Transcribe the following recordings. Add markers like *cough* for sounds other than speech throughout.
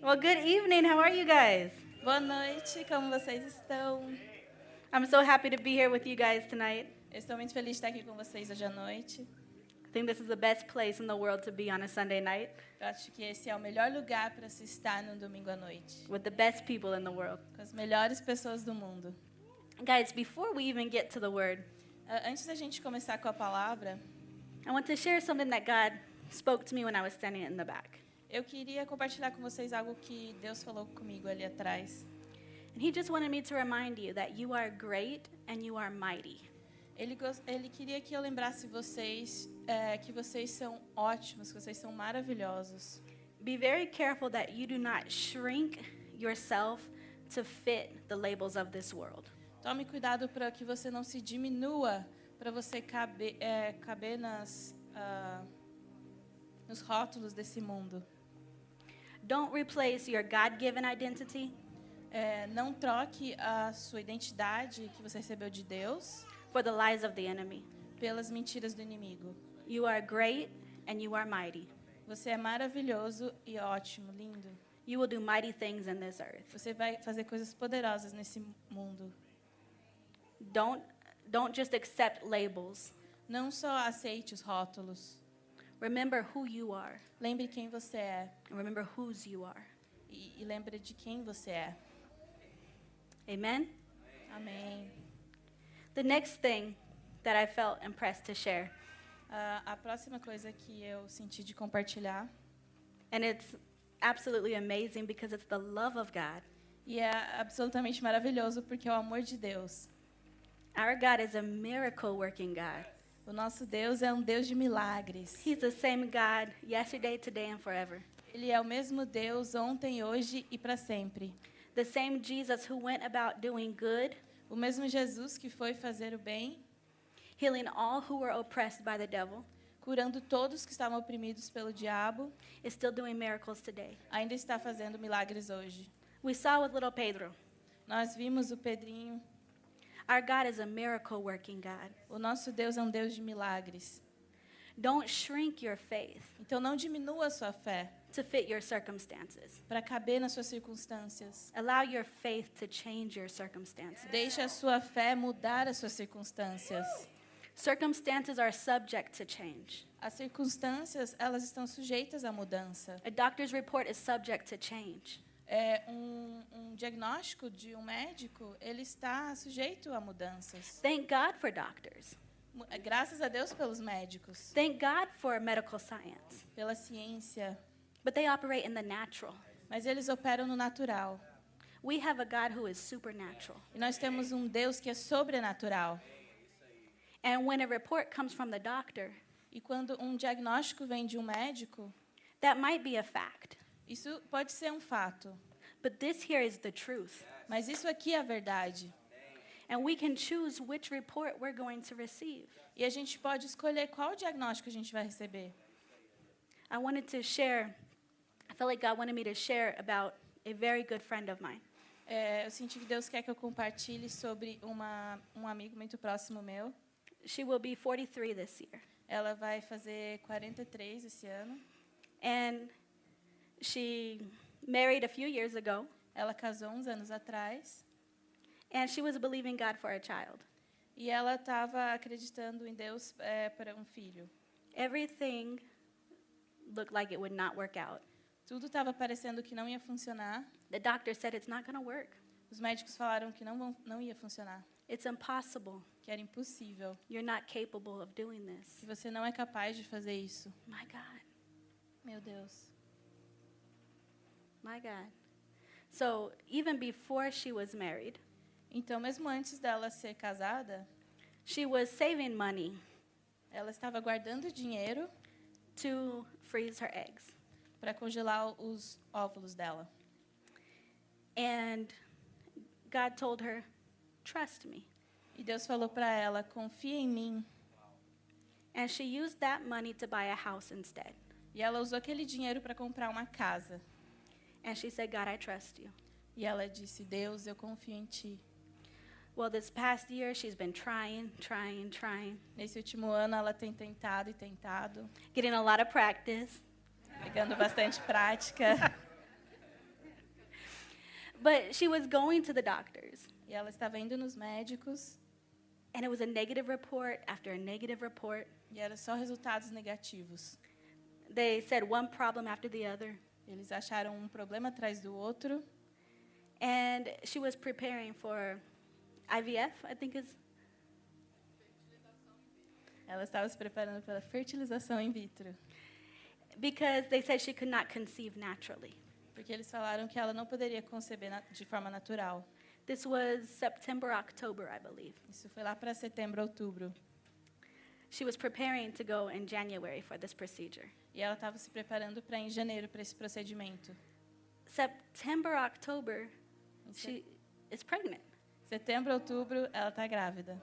Well, good evening. How are you guys? Boa noite, como vocês estão? I'm so happy to be here with you guys tonight. Eu estou muito feliz de estar aqui com vocês hoje à noite. I think this is the best place in the world to be on a Sunday night Eu acho que esse é o melhor lugar para se estar no domingo à noite, with the best people in the world. com as melhores pessoas do mundo. Guys, before we even get to the word, Ah, Antes da gente começar com a palavra, I want to share something that God spoke to me when I was standing in the back. eu queria compartilhar com vocês algo que Deus falou comigo ali atrás. And He just wanted me to remind you that you are great and you are mighty. Ele, gos- ele queria que eu lembrasse vocês eh, que vocês são ótimos, que vocês são maravilhosos. Be very careful that you do not shrink yourself to fit the labels of this world. Tome cuidado para que você não se diminua, para você caber, eh, caber nas, ah, nos rótulos desse mundo. Don't replace your God given identity Eh, não troque a sua identidade que você recebeu de Deus for the lies of the enemy. pelas mentiras do inimigo. You are great and you are mighty. Você é maravilhoso e ótimo, lindo. You will do mighty things in this earth. Você vai fazer coisas poderosas nesse mundo. Don't don't just accept labels. Não só aceite os rótulos. Remember who you are. Lembre quem você é And remember whose you are. e, e lembre de quem você é. Amen. Amém. The next thing that I felt impressed to share, Ah, a próxima coisa que eu senti de compartilhar and it's absolutely amazing because it's the love of God. e é absolutamente maravilhoso porque é o amor de Deus. Our God is a miracle working God. O nosso Deus é um Deus de milagres. He's the same God yesterday, today, and forever. Ele é o mesmo Deus ontem, hoje e para sempre. The same Jesus who went about doing good, O mesmo Jesus que foi fazer o bem, healing all who were oppressed by the devil, curando todos que estavam oprimidos pelo diabo, is still doing miracles today. ainda está fazendo milagres hoje. We saw with little Pedro. Nós vimos o Pedrinho. Our God is a miracle working God. O nosso Deus é um Deus de milagres. Don't shrink your faith Então não diminua a sua fé to fit your circumstances. para caber nas suas circunstâncias. Allow your faith to change your circumstances. Deixe a sua fé mudar as suas circunstâncias. Circumstances are subject to change. As circunstâncias, elas estão sujeitas à mudança. A doctor's report is subject to change. É, um, um diagnóstico de um médico, ele está sujeito a mudanças. Thank God for doctors. Mu- é, Graças a Deus pelos médicos, Thank God for medical science. pela ciência, But they operate in the natural. mas eles operam no natural. We have a God who is supernatural. E nós temos um Deus que é sobrenatural. And when a report comes from the doctor, E quando um diagnóstico vem de um médico, that might be a fact. isso pode ser um fato, But this here is the truth. mas isso aqui é a verdade. And we can choose which report we're going to receive. E a gente pode escolher qual diagnóstico a gente vai receber. I wanted to share, I felt like God wanted me to share about a very good friend of mine. É, eu senti que Deus quer que eu compartilhe sobre uma, um amigo muito próximo meu. She will be 43 this year. Ela vai fazer 43 esse ano. And she married a few years ago, Ela casou uns anos atrás and she was believing God for a child. e ela estava acreditando em Deus é, para um filho. Everything looked like it would not work out. Tudo estava parecendo que não ia funcionar. The doctor said it's not going to work, Os médicos falaram que não, vão, não ia funcionar, it's impossible. que era impossível, You're not capable of doing this. que você não é capaz de fazer isso. My God, Meu Deus. my God. So, even before she was married, Então, mesmo antes dela ser casada, she was saving money ela estava guardando dinheiro to freeze her eggs. para congelar os óvulos dela. And God told her, Trust me. E Deus falou para ela: confia em mim. And she used that money to buy a house instead. E ela usou aquele dinheiro para comprar uma casa. And she said, God, I trust you. E ela disse: Deus, eu confio em ti. Well, this past year, she's been trying, trying, trying, Nesse último ano, ela tem tentado e tentado, getting a lot of practice. *laughs* pegando bastante prática. But she was going to the doctors, E ela estava indo nos médicos and it was a negative report after a negative report. e era só resultados negativos. They said one problem after the other. Eles acharam um problema atrás do outro. And she was preparing for IVF, I think is. Ela estava se preparando para fertilização in vitro, Because they said she could not conceive naturally. porque eles falaram que ela não poderia conceber na- de forma natural. This was September, October, I believe. Isso foi lá para setembro, outubro. She was preparing to go in January for this procedure. E ela estava se preparando para em janeiro para esse procedimento. September, October, Em se- she is pregnant. setembro, outubro, ela está grávida.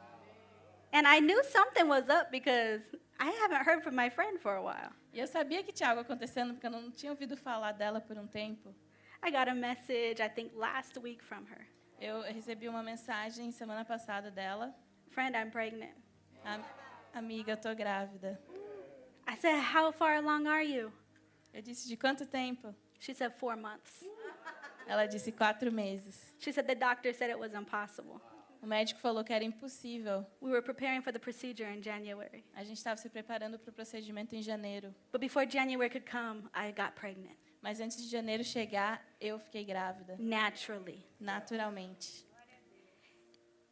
And I knew something was up because I haven't heard from my friend for a while. E eu sabia que tinha algo acontecendo, porque eu não tinha ouvido falar dela por um tempo. I got a message, I think, last week from her Eu recebi uma mensagem semana passada dela. Friend, I'm pregnant. "Am- Amiga, eu tô grávida. I said, How far along are you? Eu disse, de quanto tempo? She said, Four months. Ela disse, quatro meses. She said, The doctor said it was impossible. O médico falou que era impossível. We were preparing for the procedure in January. A gente estava se preparando para o procedimento em janeiro. But before January could come, I got pregnant Mas antes de janeiro chegar, eu fiquei grávida, naturally. naturalmente.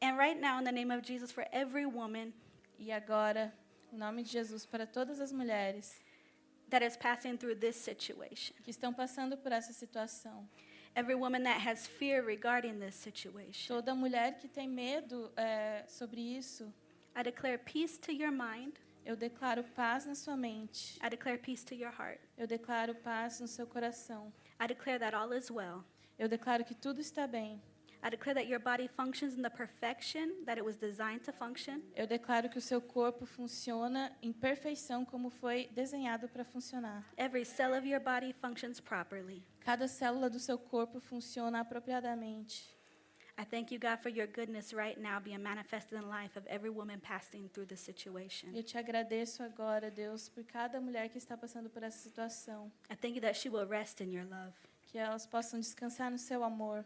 And right now, in the name of Jesus, for every woman E agora, em nome de Jesus, para todas as mulheres that is passing through this situation, que estão passando por essa situação, every woman that has fear regarding this situation, toda mulher que tem medo eh, sobre isso, I declare peace to your mind. eu declaro paz na sua mente. I declare peace to your heart. Eu declaro paz no seu coração. I declare that all is well. Eu declaro que tudo está bem. I declare that your body functions in the perfection that it was designed to function. Eu declaro que o seu corpo funciona em perfeição como foi desenhado para funcionar. Every cell of your body functions properly. Cada célula do seu corpo funciona apropriadamente. I thank you, God, for your goodness right now being manifested in the life of every woman passing through this situation. Eu te agradeço agora, Deus, por cada mulher que está passando por essa situação, I thank you that she will rest in your love. que elas possam descansar no seu amor.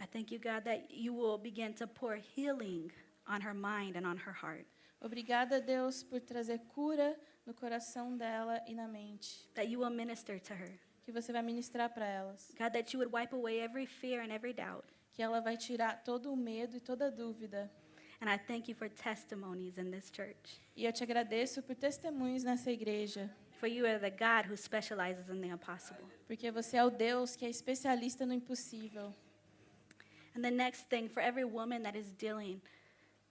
I thank you, God, that you will begin to pour healing on her mind and on her heart, Obrigada, Deus, por trazer cura no coração dela e na mente, that you will minister to her. que você vai ministrar para elas, God, that you would wipe away every fear and every doubt. que ela vai tirar todo o medo e toda a dúvida. And I thank you for testimonies in this church. E eu te agradeço por testemunhos nessa igreja, For you are the God who specializes in the impossible. porque você é o Deus que é especialista no impossível. And the next thing for every woman that is dealing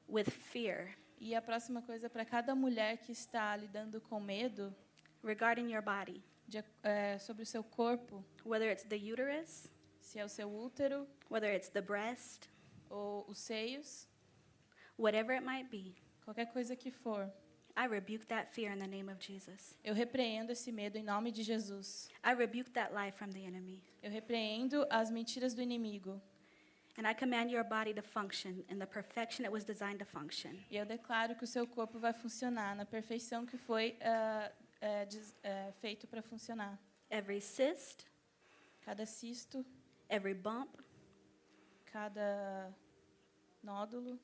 with fear E a próxima coisa para cada mulher que está lidando com medo regarding your body, de, é, sobre o seu corpo, whether it's the uterus, se é o seu útero whether it's the breast, ou os seios, whatever it might be, qualquer coisa que for. I rebuke that fear in the name of Jesus. Eu repreendo esse medo em nome de Jesus. I rebuke that lie from the enemy. Eu repreendo as mentiras do inimigo. And I command your body to function in the perfection it was designed to function. E eu declaro que o seu corpo vai funcionar na perfeição que foi ah, ah, des- ah, feito para funcionar. Every cyst, Cada cisto, every bump, cada nódulo,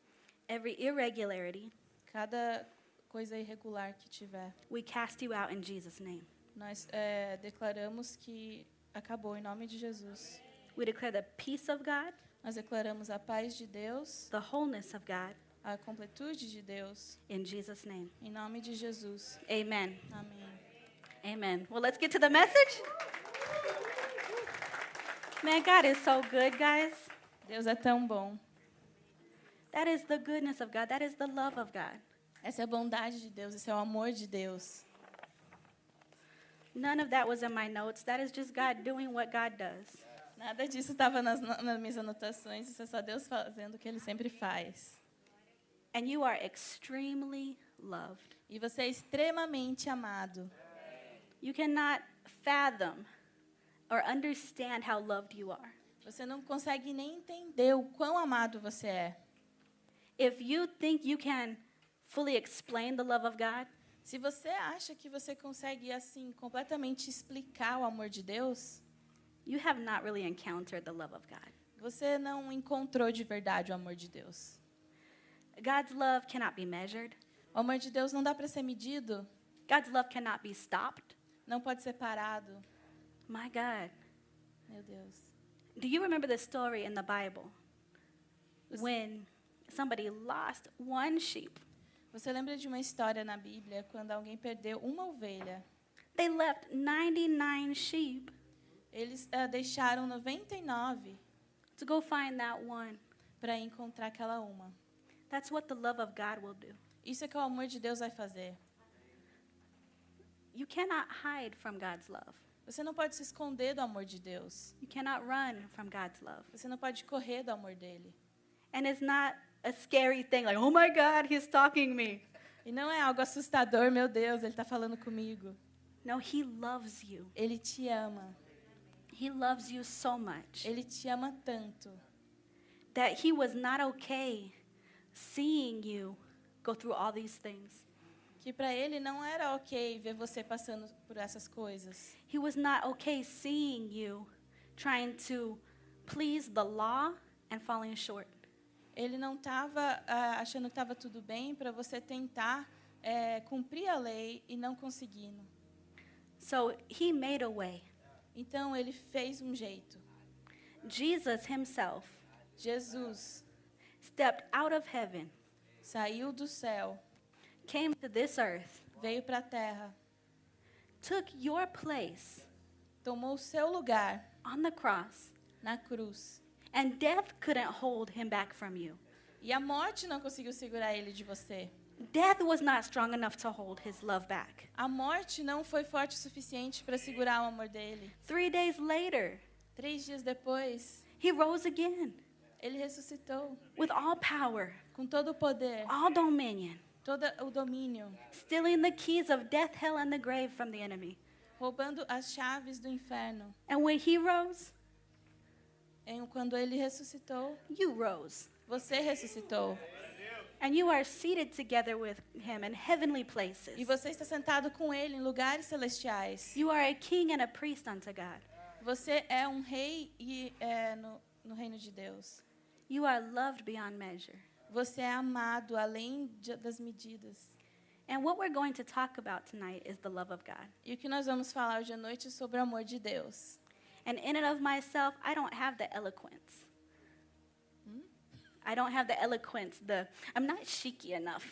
every irregularity, cada coisa irregular que tiver. we cast you out in Jesus' name. Nós eh, declaramos que acabou em nome de Jesus. We declare the peace of God, Nós declaramos a paz de Deus, the wholeness of God a completude de Deus, in Jesus' name. em nome de Jesus. Amen. Amém. Amen. Well, let's get to the message. Man, God is so good, guys. Deus é tão bom. That is the goodness of God. That is the love of God. Essa é a bondade de Deus, esse é o amor de Deus. None of that was in my notes. That is just God doing what God does. Nada disso estava nas, nas minhas anotações, isso é só Deus fazendo o que ele sempre faz. And you are extremely loved. E você é extremamente amado. You cannot fathom or understand how loved you are. Você não consegue nem entender o quão amado você é. If you think you can fully explain the love of God, Se você acha que você consegue assim completamente explicar o amor de Deus, you have not really encountered the love of God. Você não encontrou de verdade o amor de Deus. God's love cannot be measured, O amor de Deus não dá para ser medido, God's love cannot be stopped. não pode ser parado. My God. Meu Deus. Do you remember the story in the Bible when somebody lost one sheep? Você lembra de uma história na Bíblia quando alguém perdeu uma ovelha? They left 99 sheep Eles ah, deixaram 99 to go find that one. para encontrar aquela uma. That's what the love of God will do. Isso é que o amor de Deus vai fazer. You cannot hide from God's love. Você não pode se esconder do amor de Deus. You cannot run from God's love. Você não pode correr do amor dele. And it's not a scary thing like, oh my God, he's stalking me. E não é algo assustador, meu Deus, ele está falando comigo. No, he loves you. Ele te ama. He loves you so much Ele te ama tanto that he was not okay seeing you go through all these things. que para ele não era ok ver você passando por essas coisas. He was not okay seeing you trying to please the law and falling short. Ele não estava achando que estava tudo bem para você tentar eh, cumprir a lei e não conseguindo. So he made a way. Então ele fez um jeito. Jesus himself Jesus stepped out of heaven, saiu do céu, came to this earth, veio para a terra, took your place tomou o seu lugar on the cross, na cruz. and death couldn't hold him back from you. E a morte não conseguiu segurar ele de você. Death was not strong enough to hold his love back. A morte não foi forte o suficiente para segurar o amor dele. Three days later, Três dias depois, he rose again ele ressuscitou with all power, com todo o poder, all dominion, todo o domínio, stealing the keys of death, hell, and the grave from the enemy. roubando as chaves do inferno. And when he rose, Em- Quando ele ressuscitou, you rose. você ressuscitou. And you are seated together with him in heavenly places. E você está sentado com ele em lugares celestiais. You are a king and a priest unto God. Você é um rei e é, no, no reino de Deus. You are loved beyond measure. Você é amado além de- das medidas. And what we're going to talk about tonight is the love of God. E o que nós vamos falar hoje à noite é sobre o amor de Deus. And in and of myself, I don't have the eloquence. I don't have the eloquence, the I'm not cheeky enough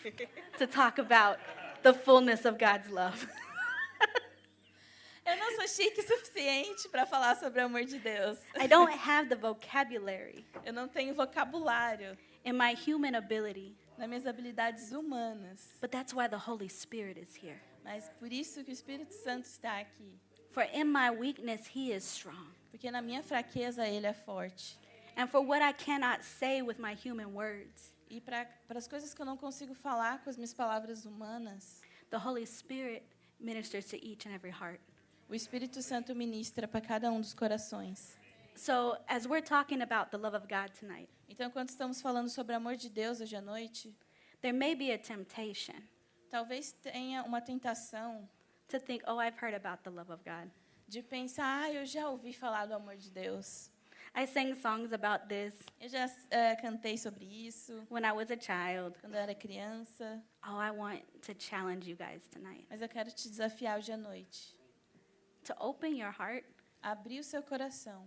to talk about the fullness of God's love. Eu não sou chique *laughs* o suficiente para falar sobre o amor de Deus. I don't have the vocabulary Eu não tenho vocabulário in my human ability, nas minhas habilidades humanas. but that's why the Holy Spirit is here. Mas por isso que o Espírito Santo está aqui. For in my weakness, He is strong. Porque na minha fraqueza ele é forte. And for what I cannot say with my human words, E para as coisas que eu não consigo falar com as minhas palavras humanas, the Holy Spirit ministers to each and every heart. o Espírito Santo ministra para cada um dos corações. So, as we're talking about the love of God tonight, Então, quando estamos falando sobre o amor de Deus hoje à noite, there may be a temptation talvez tenha uma tentação to think, oh, I've heard about the love of God. de pensar: ah, eu já ouvi falar do amor de Deus. I sang songs about this Eu já eh, cantei sobre isso when I was a child. quando eu era criança, Oh, I want to challenge you guys tonight mas eu quero te desafiar hoje à noite. to open your heart Abrir o seu coração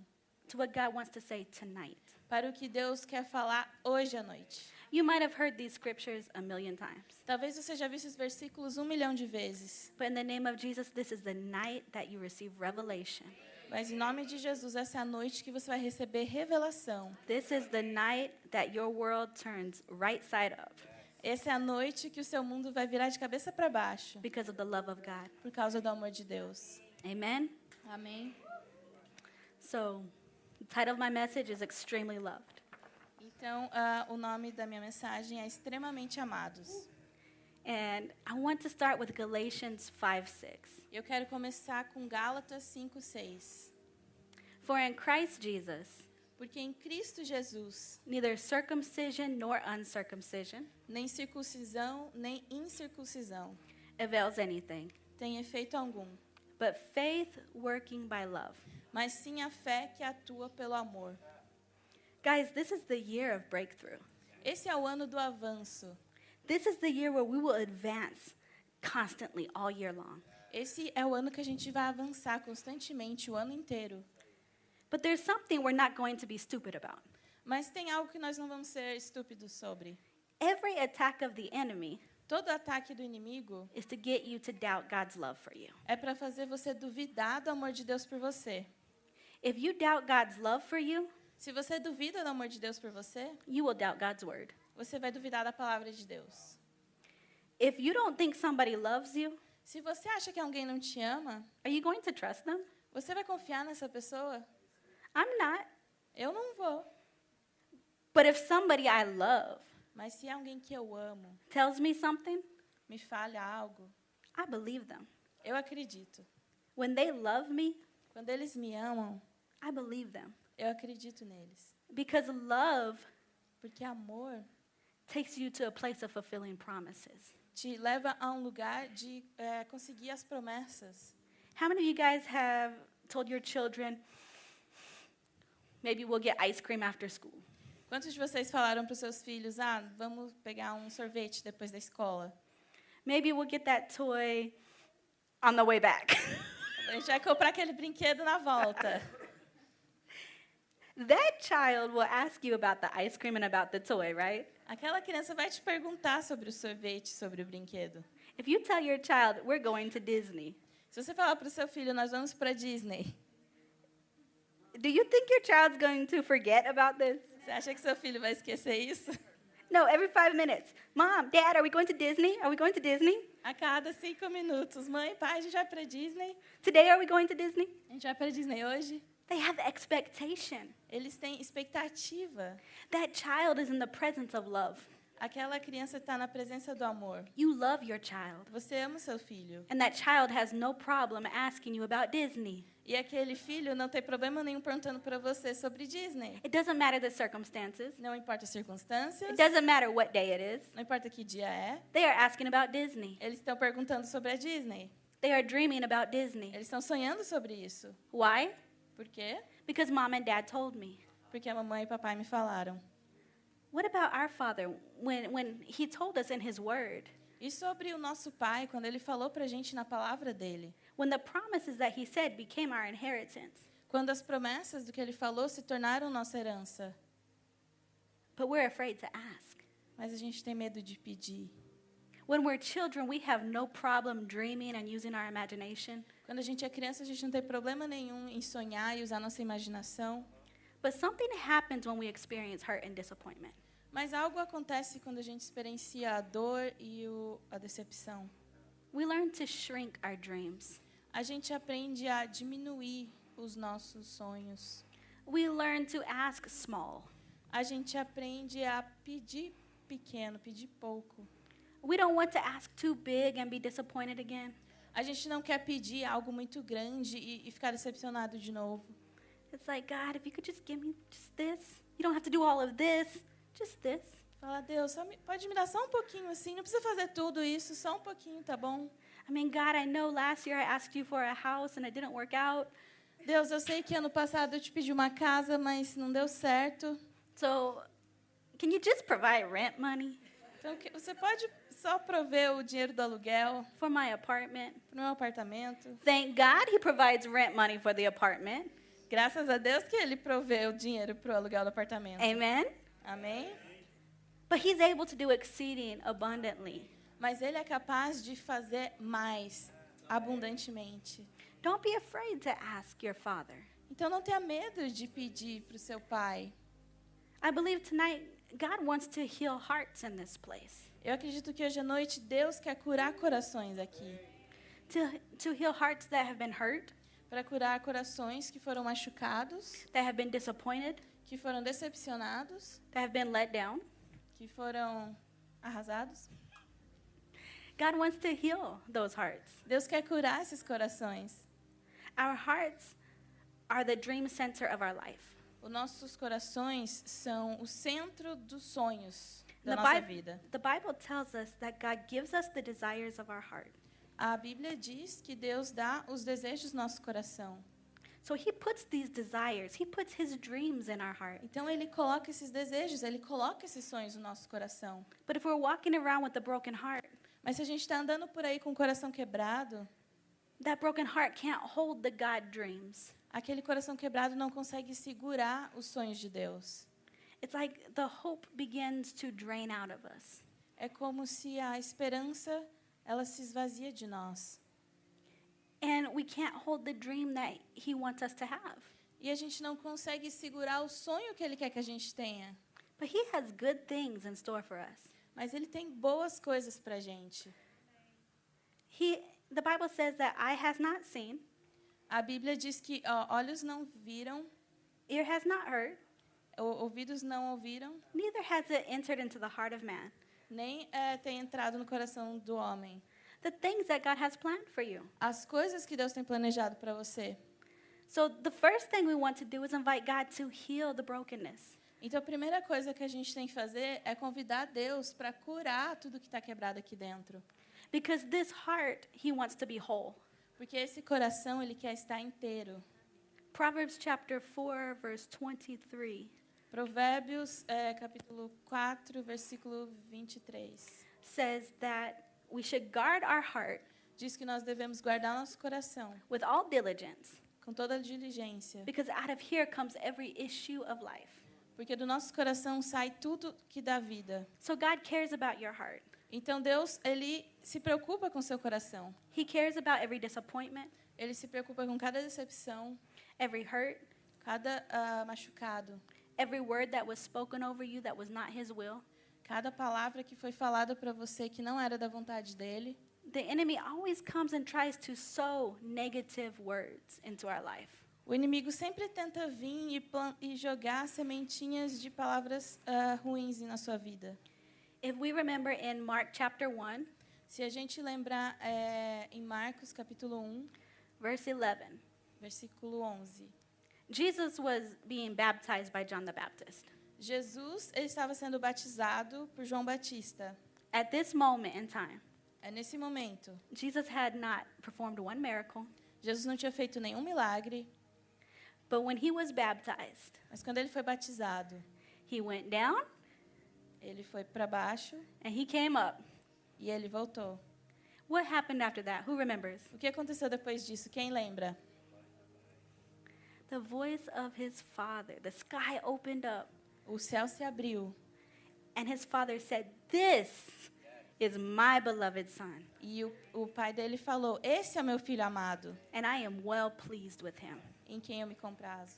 to what God wants to say tonight. para o que Deus quer falar hoje à noite. You might have heard these scriptures a million times, Talvez você já viu esses versículos um milhão de vezes, but in the name of Jesus, this is the night that you receive revelation. mas em nome de Jesus, essa é a noite que você vai receber revelação. This is the night that your world turns right side up Essa é a noite que o seu mundo vai virar de cabeça para baixo because of the love of God. por causa do amor de Deus. Amen? Amém? So, the title of my message is Extremely Loved. Então, ah, o nome da minha mensagem é Extremamente Amados. And I want to start with Galatians 5 6. Eu quero começar com Gálatas 5, 6. For in Christ Jesus, Porque em Cristo Jesus, neither circumcision nor uncircumcision nem circuncisão, nem incircuncisão avails anything, tem efeito algum, but faith working by love. mas sim a fé que atua pelo amor. Guys, this is the year of breakthrough. Esse é o ano do avanço. This is the year where we will advance constantly all year long. Esse é o ano que a gente vai avançar constantemente o ano inteiro. But there's something we're not going to be stupid about. Mas tem algo que nós não vamos ser estúpidos sobre. Every attack of the enemy Todo ataque do inimigo is to get you to doubt God's love for you. é para fazer você duvidar do amor de Deus por você. If you doubt God's love for you, Se você duvida do amor de Deus por você, you will doubt God's word. você vai duvidar da palavra de Deus. If you don't think somebody loves you, Se você acha que alguém não te ama, are you going to trust them? você vai confiar nessa pessoa? I'm not. Eu não vou. But if somebody I love Mas se é alguém que eu amo tells me something, me falha algo, I believe them. eu acredito. When they love me, Quando eles me amam, I believe them. eu acredito neles. Because love Porque amor takes you to a place of fulfilling promises. te leva a um lugar de eh, conseguir as promessas. How many of you guys have told your children, maybe we'll get ice cream after school? Quantos de vocês falaram para os seus filhos, ah, vamos pegar um sorvete depois da escola? Maybe we'll get that toy on the way back. *laughs* A gente vai comprar aquele brinquedo na volta. that child will ask you about the ice cream and about the toy, right? Aquela criança vai te perguntar sobre o sorvete, sobre o brinquedo. If you tell your child, we're going to Disney, Se você falar para o seu filho, nós vamos para Disney, do you think your child's going to forget about this? você acha que seu filho vai esquecer isso? No, every five minutes. Mom, Dad, are we going to Disney? Are we going to Disney? A cada cinco minutos, mãe, pai, a gente vai para Disney. Today, are we going to Disney? A gente vai para Disney hoje. They have expectation. Eles têm expectativa. That child is in the presence of love. Aquela criança está na presença do amor. You love your child. Você ama o seu filho. And that child has no problem asking you about Disney. E aquele filho não tem problema nenhum perguntando para você sobre Disney. It doesn't matter the circumstances, Não importa as circunstâncias, it doesn't matter what day it is. não importa que dia é, They are asking about Disney. eles estão perguntando sobre a Disney. They are dreaming about Disney. Eles estão sonhando sobre isso. Why? Por quê? Because mom and dad told me. Porque a mamãe e papai me falaram. What about our father when, when he told us in his word? E sobre o nosso pai, quando ele falou pra gente na palavra dele, When the promises that he said became our inheritance, quando as promessas do que ele falou se tornaram nossa herança, but we're afraid to ask. mas a gente tem medo de pedir. When we're children, we have no problem dreaming and using our imagination. Quando a gente é criança, a gente não tem problema nenhum em sonhar e usar nossa imaginação, But something happens when we experience hurt and disappointment. mas algo acontece quando a gente experiencia a dor e o, a decepção. We learn to shrink our dreams. A gente aprende a diminuir os nossos sonhos. We learn to ask small. A gente aprende a pedir pequeno, pedir pouco. We don't want to ask too big and be disappointed again. A gente não quer pedir algo muito grande e, e ficar decepcionado de novo. It's like, God, if you could just give me just this. You don't have to do all of this, just this. Falar, Deus, só me- pode me dar só um pouquinho assim, não precisa fazer tudo isso, só um pouquinho, tá bom? I mean, God, I know last year I asked you for a house and it didn't work out. Deus, eu sei que ano passado eu te pedi uma casa, mas não deu certo. So, can you just provide rent money Então, que- você pode só prover o dinheiro do aluguel for my apartment? pro meu apartamento? Thank God he provides rent money for the apartment. Graças a Deus que ele proveu o dinheiro pro aluguel do apartamento. Amen. Amém? But he's able to do exceeding abundantly. Mas ele é capaz de fazer mais, abundantemente. Don't be afraid to ask your father. Então não tenha medo de pedir pro seu pai. I believe tonight God wants to heal hearts in this place, Eu acredito que hoje à noite Deus quer curar corações aqui. to, to heal hearts that have been hurt, Para curar corações que foram machucados, that have been disappointed, que foram decepcionados, that have been let down. que foram arrasados. God wants to heal those hearts. Deus quer curar esses corações. Our hearts are the dream center of our life. Os nossos corações são o centro dos sonhos da The nossa Bi- vida. the Bible tells us that God gives us the desires of our heart. A Bíblia diz que Deus dá os desejos do nosso coração. So he puts these desires, he puts his dreams in our heart. Então ele coloca esses desejos, ele coloca esses sonhos no nosso coração. But if we're walking around with a broken heart, Mas se a gente está andando por aí com o coração quebrado, that broken heart can't hold the God dreams. aquele coração quebrado não consegue segurar os sonhos de Deus. It's like the hope begins to drain out of us. É como se a esperança ela se esvazia de nós. And we can't hold the dream that he wants us to have. E a gente não consegue segurar o sonho que ele quer que a gente tenha. But he has good things in store for us. Mas ele tem boas coisas pra gente. He the Bible says that eye has not seen, A Bíblia diz que ó, olhos não viram, ear has not heard, ou- ouvidos não ouviram, neither has it entered into the heart of man. nem é, tem entrado no coração do homem. The things that God has planned for you. As coisas que Deus tem planejado pra você. So the first thing we want to do is invite God to heal the brokenness. Então a primeira coisa que a gente tem que fazer é convidar Deus pra curar tudo que está quebrado aqui dentro, Because this heart, he wants to be whole. porque esse coração ele quer estar inteiro. Proverbs chapter 4, verse 23 Provérbios é, capítulo 4, versículo 23 says that we should guard our heart diz que nós devemos guardar nosso coração with all diligence, com toda a diligência, because out of here comes every issue of life. porque do nosso coração sai tudo que dá vida. So God cares about your heart. Então Deus ele se preocupa com seu coração. He cares about every disappointment, Ele se preocupa com cada decepção, every hurt, cada ah, machucado, every word that was spoken over you that was not His will. cada palavra que foi falada para você que não era da vontade dele. The enemy always comes and tries to sow negative words into our life. O inimigo sempre tenta vir e, plan- e jogar sementinhas de palavras ah, ruins na sua vida. If we remember in Mark chapter 1, Se a gente lembrar eh, em Marcos capítulo 1, verse 11, versículo 11. Jesus was being baptized by John the Baptist. Jesus ele estava sendo batizado por João Batista. At this moment in time, É nesse momento. Jesus had not performed one miracle, Jesus não tinha feito nenhum milagre, but when he was baptized, mas quando ele foi batizado, he went down ele foi para baixo and he came up. e ele voltou. What happened after that? Who remembers? O que aconteceu depois disso? Quem lembra? The voice of his father. The sky opened up, O céu se abriu and his father said, This is my beloved son, e o, o pai dele falou: Esse é meu filho amado, and I am well pleased with him. em quem eu me comprazo.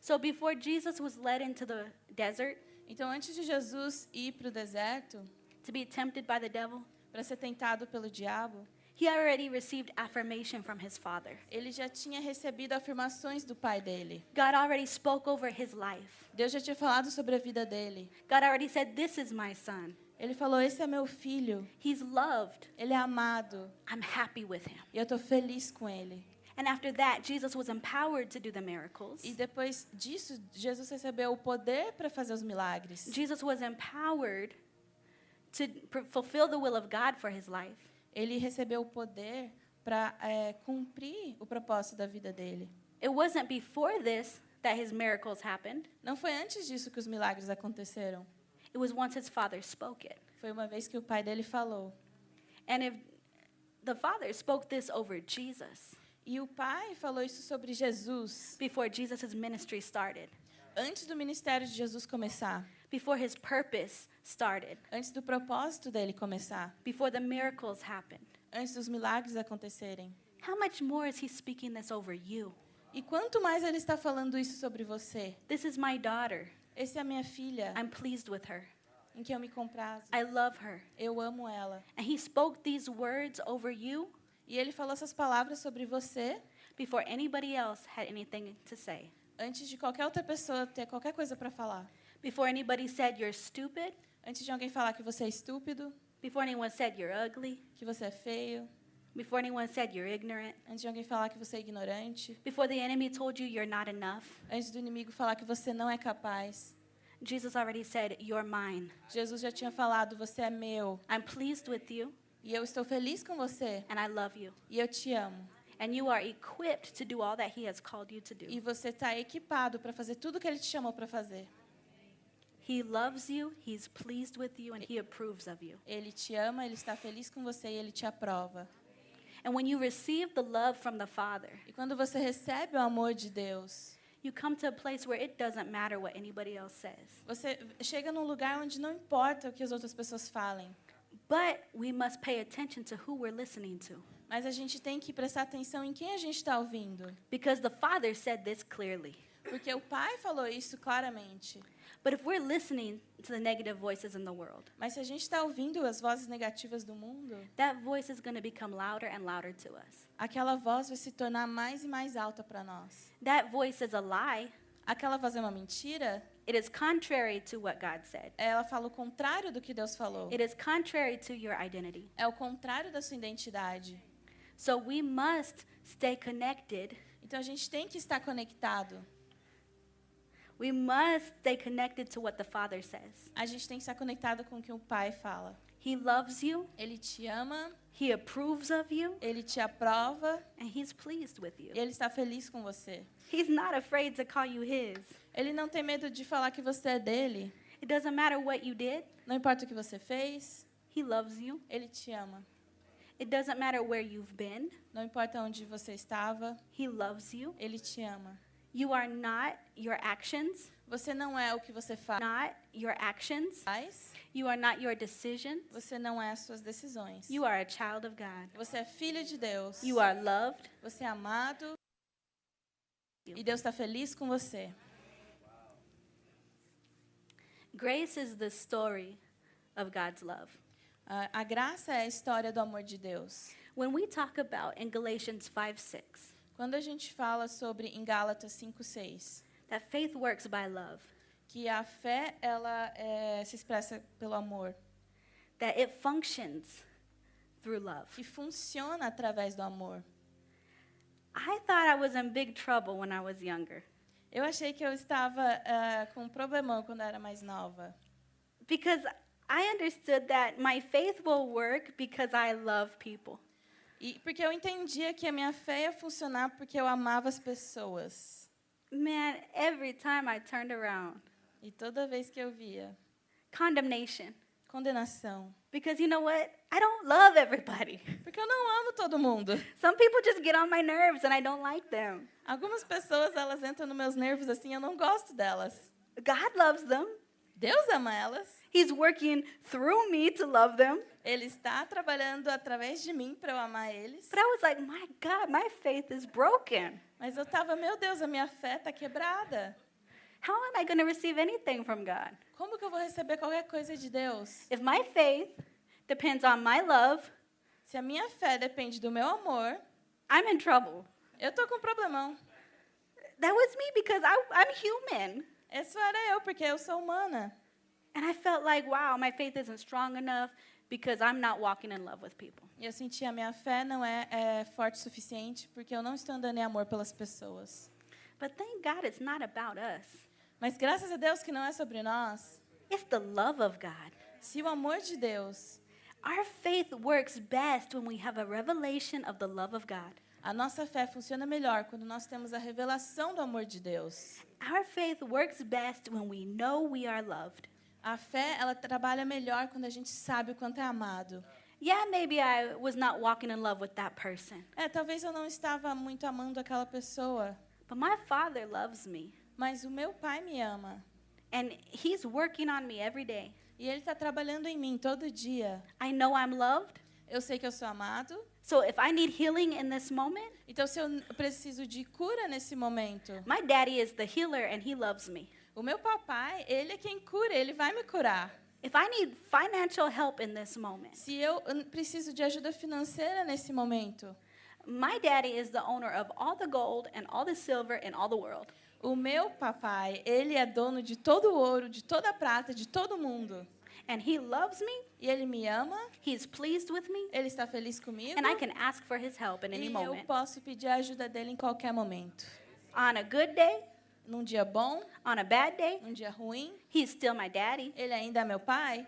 So before Jesus was led into the desert Então, antes de Jesus ir para o deserto to be tempted by the devil, para ser tentado pelo diabo, he already received affirmation from his father. ele já tinha recebido afirmações do pai dele. God already spoke over his life. Deus já tinha falado sobre a vida dele. God already said, This is my son. Ele falou: Esse é meu filho, He's loved. ele é amado, I'm happy with him. e eu estou feliz com ele. And after that, Jesus was empowered to do the miracles. E depois disso, Jesus recebeu o poder para fazer os milagres. Jesus was empowered to pr- fulfill the will of God for his life. Ele recebeu o poder para é, cumprir o propósito da vida dele. It wasn't before this that his miracles happened, Não foi antes disso que os milagres aconteceram. it was once his father spoke it. Foi uma vez que o pai dele falou. And if the father spoke this over Jesus E o pai falou isso sobre Jesus before Jesus' ministry started, antes do ministério de Jesus começar, before his purpose started, antes do propósito dele começar, before the miracles happened. antes dos milagres acontecerem. How much more is he speaking this over you? E quanto mais ele está falando isso sobre você, This is my daughter. essa é a minha filha, I'm pleased with her. em que eu me comprazo. I love her. Eu amo ela. And he spoke these words over you E ele falou essas palavras sobre você before anybody else had anything to say. antes de qualquer outra pessoa ter qualquer coisa para falar. Before anybody said you're stupid, Antes de alguém falar que você é estúpido, before anyone said you're ugly, que você é feio, before anyone said you're ignorant, antes de alguém falar que você é ignorante, before the enemy told you you're not enough, antes do inimigo falar que você não é capaz. Jesus already said, You're mine. Jesus já tinha falado: Você é meu, I'm pleased with you e eu estou feliz com você, and I love you. e eu te amo. and you are equipped to do all that He has called you to do. E você está equipado para fazer tudo o que Ele te chamou para fazer. He loves you, He's pleased with you, and He approves of you. Ele te ama, Ele está feliz com você e Ele te aprova. And when you receive the love from the Father, E quando você recebe o amor de Deus, you come to a place where it doesn't matter what anybody else says. você chega num lugar onde não importa o que as outras pessoas falem, But we must pay attention to who we're listening to mas a gente tem que prestar atenção em quem a gente está ouvindo, because the Father said this clearly. porque o Pai falou isso claramente. But if we're listening to the negative voices in the world, Mas se a gente está ouvindo as vozes negativas do mundo, that voice is going to become louder and louder to us. aquela voz vai se tornar mais e mais alta para nós. That voice is a lie. Aquela voz é uma mentira? It is contrary to what God said. Ela fala o contrário do que Deus falou. It is contrary to your identity. É o contrário da sua identidade. So we must stay connected. Então a gente tem que estar conectado. We must stay connected to what the Father says. A gente tem que estar conectado com o que o Pai fala. He loves you, Ele te ama, He approves of you, ele te aprova, and He's pleased with you. ele está feliz com você. He's not afraid to call you His. Ele não tem medo de falar que você é dele. It doesn't matter what you did, Não importa o que você fez, He loves you. ele te ama. It doesn't matter where you've been, Não importa onde você estava, He loves you. ele te ama. You are not your actions, Você não é o que você fa- not your actions. faz, You are not your decision. você não é as suas decisões. You are a child of God. Você é filho de Deus, You are loved. você é amado e Deus está feliz com você. Grace is the story of God's love. A- A graça é a história do amor de Deus. When we talk about in Galatians 5 6, Quando a gente fala sobre em Gálatas 5:6, that faith works by love, que a fé ela eh, se expressa pelo amor, that it functions through love. que funciona através do amor. I thought I was in big trouble when I was younger Eu achei que eu estava ah, com um problemão quando eu era mais nova, because I understood that my faith will work because I love people. e porque eu entendia que a minha fé ia funcionar porque eu amava as pessoas. Man, every time I turned around, E toda vez que eu via condemnation. condenação, Because you know what? I don't love everybody. *laughs* porque eu não amo todo mundo. Some people just get on my nerves and I don't like them. Algumas pessoas elas entram nos meus nervos assim, eu não gosto delas. God loves them. Deus ama elas. He's working through me to love them. Ele está trabalhando através de mim para eu amar eles. But I was like, my God, my faith is broken. Mas eu tava, meu Deus, a minha fé tá quebrada. How am I going to receive anything from God? Como que eu vou receber qualquer coisa de Deus? If my faith depends on my love, Se a minha fé depende do meu amor, I'm in trouble. eu tô com um problemão. That was me because I, I'm human. Isso era eu, porque eu sou humana. And I felt like, wow, my faith isn't strong enough because I'm not walking in love with people. E eu senti a minha fé não é, é forte o suficiente porque eu não estou andando em amor pelas pessoas. But thank God it's not about us, Mas graças a Deus que não é sobre nós. it's the love of God. Se o amor de Deus, Our faith works best when we have a revelation of the love of God. a nossa fé funciona melhor quando nós temos a revelação do amor de Deus. Our faith works best when we know we are loved. A fé, ela trabalha melhor quando a gente sabe o quanto é amado. Yeah, maybe I was not walking in love with that person, É, talvez eu não estava muito amando aquela pessoa, but my Father loves me, mas o meu pai me ama. and He's working on me every day. E ele está trabalhando em mim todo dia. I know I'm loved, Eu sei que eu sou amado. so if I need healing in this moment, Então, se eu n- preciso de cura nesse momento, my daddy is the healer and He loves me. o meu papai, ele é quem cura, ele vai me curar. If I need financial help in this moment, Se eu hum, preciso de ajuda financeira nesse momento, my daddy is the owner of all the gold and all the silver in all the world. o meu papai, ele é dono de todo o ouro, de toda a prata, de todo mundo. And He loves me, E ele me ama, He's pleased with me, ele está feliz comigo. and I can ask for His help in any E eu moment. posso pedir a ajuda dele em qualquer momento. On a good day, Num dia bom, on a bad day, num dia ruim, He's still my daddy. ele ainda é meu pai.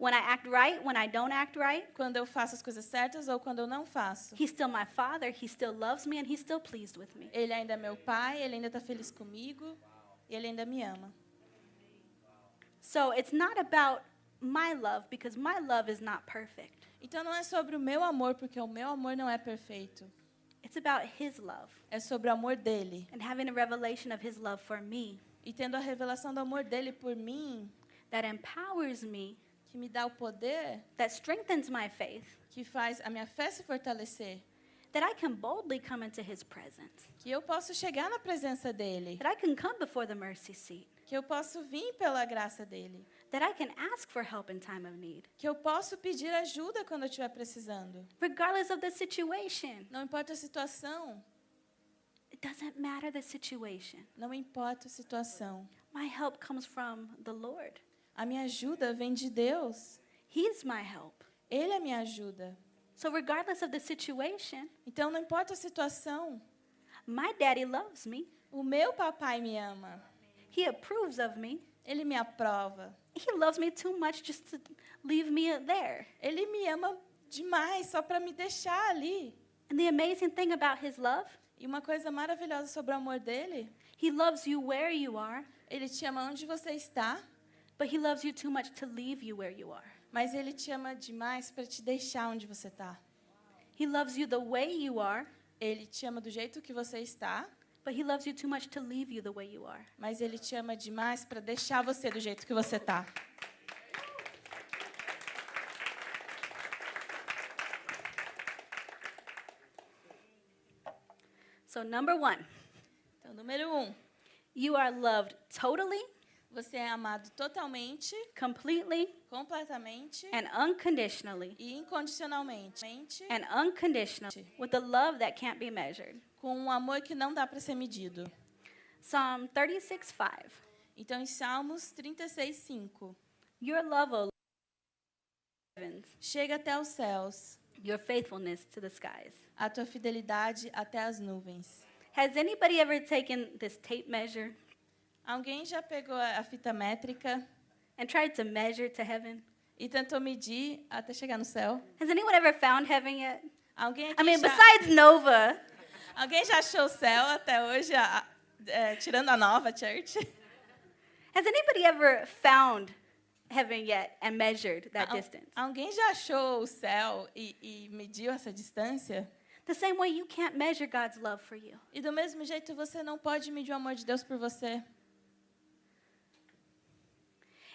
When I act right, when I don't act right, Quando eu faço as coisas certas ou quando eu não faço. He's still my Father. He still loves me and He's still pleased with me. Ele ainda é meu pai, ele ainda está feliz comigo, ele ainda me ama. So it's not about my love because my love is not perfect. Então não é sobre o meu amor, porque o meu amor não é perfeito. It's about His love É sobre o amor dele. and having a revelation of His love for me E tendo a revelação do amor dele por mim, that empowers me, que me dá o poder, that strengthens my faith, que faz a minha fé se fortalecer, that I can boldly come into His presence, que eu posso chegar na presença dele, that I can come before the mercy seat, que eu posso vir pela graça dele, that I can ask for help in time of need, que eu posso pedir ajuda quando eu estiver precisando. regardless of the situation. Não importa a situação, It doesn't matter the situation. não importa a situação. My help comes from the Lord. A minha ajuda vem de Deus. He's my help. Ele é a minha ajuda. So, regardless of the situation, Então não importa a situação, my daddy loves me. o meu papai me ama. He approves of me. Ele me aprova. He loves me too much just to leave me there. Ele me ama demais só para me deixar ali. And the amazing thing about his love, E uma coisa maravilhosa sobre o amor dele, he loves you where you are, ele te ama onde você está, but he loves you too much to leave you where you are. mas ele te ama demais para te deixar onde você está. He loves you the way you are, Ele te ama do jeito que você está, but he loves you too much to leave you the way you are. mas ele te ama demais para deixar você do jeito que você tá. está. So, number one, Então, número um, you are loved totally, você é amado totalmente, completely, completamente and unconditionally. e incondicionalmente, Mente and unconditional with a love that can't be measured. com um amor que não dá para ser medido. Psalm 36 5. Então, em Salmos 36, 5. Your love, O Lord, heavens, Chega até os céus, your faithfulness to the skies. a tua fidelidade até as nuvens. Has anybody ever taken this tape measure Alguém já pegou a a fita métrica and tried to measure to heaven? e tentou medir até chegar no céu? Has anyone ever found heaven yet? Alguém, aqui I mean, já, besides Nova, alguém já achou o céu até hoje, a- a- é, tirando a nova church? has anybody ever found heaven yet and measured that Al- distance? Alguém já achou o céu e, e mediu essa distância? The same way you can't measure God's love for you. E do mesmo jeito, você não pode medir o amor de Deus por você.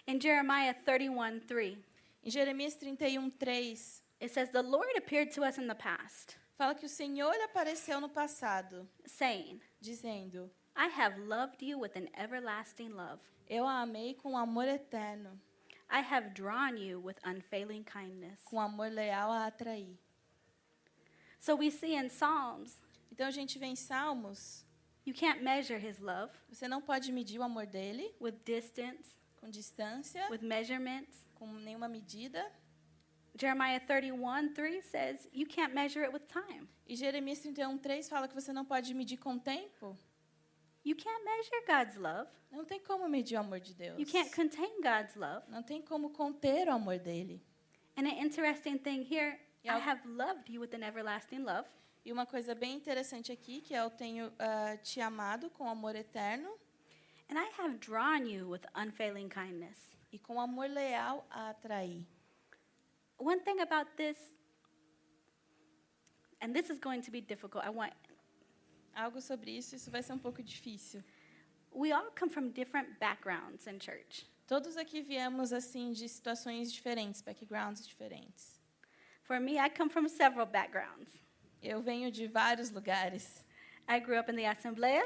In Jeremiah 31 3, Em Jeremias 31, 3, it says, The Lord appeared to us in the past, fala que o Senhor lhe apareceu no passado, saying, dizendo: I have loved you with an everlasting love. Eu a amei com amor eterno, I have drawn you with unfailing kindness. com amor leal a atrair. So we see in Psalms, Então a gente vê em Salmos, you can't measure his love você não pode medir o amor dele with distance, com distância, with measurements. com nenhuma medida. Jeremiah 31 3 says, You can't measure it with time. E Jeremias 31:3 fala que você não pode medir com o tempo. You can't measure God's love. Não tem como medir o amor de Deus. You can't contain God's love. Não tem como conter o amor dele. And an interesting thing here, I Yeah. have loved you with an everlasting love. E uma coisa bem interessante aqui, que eu tenho ah, te amado com amor eterno And I have drawn you with unfailing kindness. e com amor leal a atrair. One thing about this, and this is going to be difficult. I want Algo sobre isso, isso vai ser um pouco difícil. We all come from different backgrounds in church. Todos aqui viemos assim de situações diferentes, backgrounds diferentes. For me, I come from several backgrounds. Eu venho de vários lugares. I grew up in the Assemblea,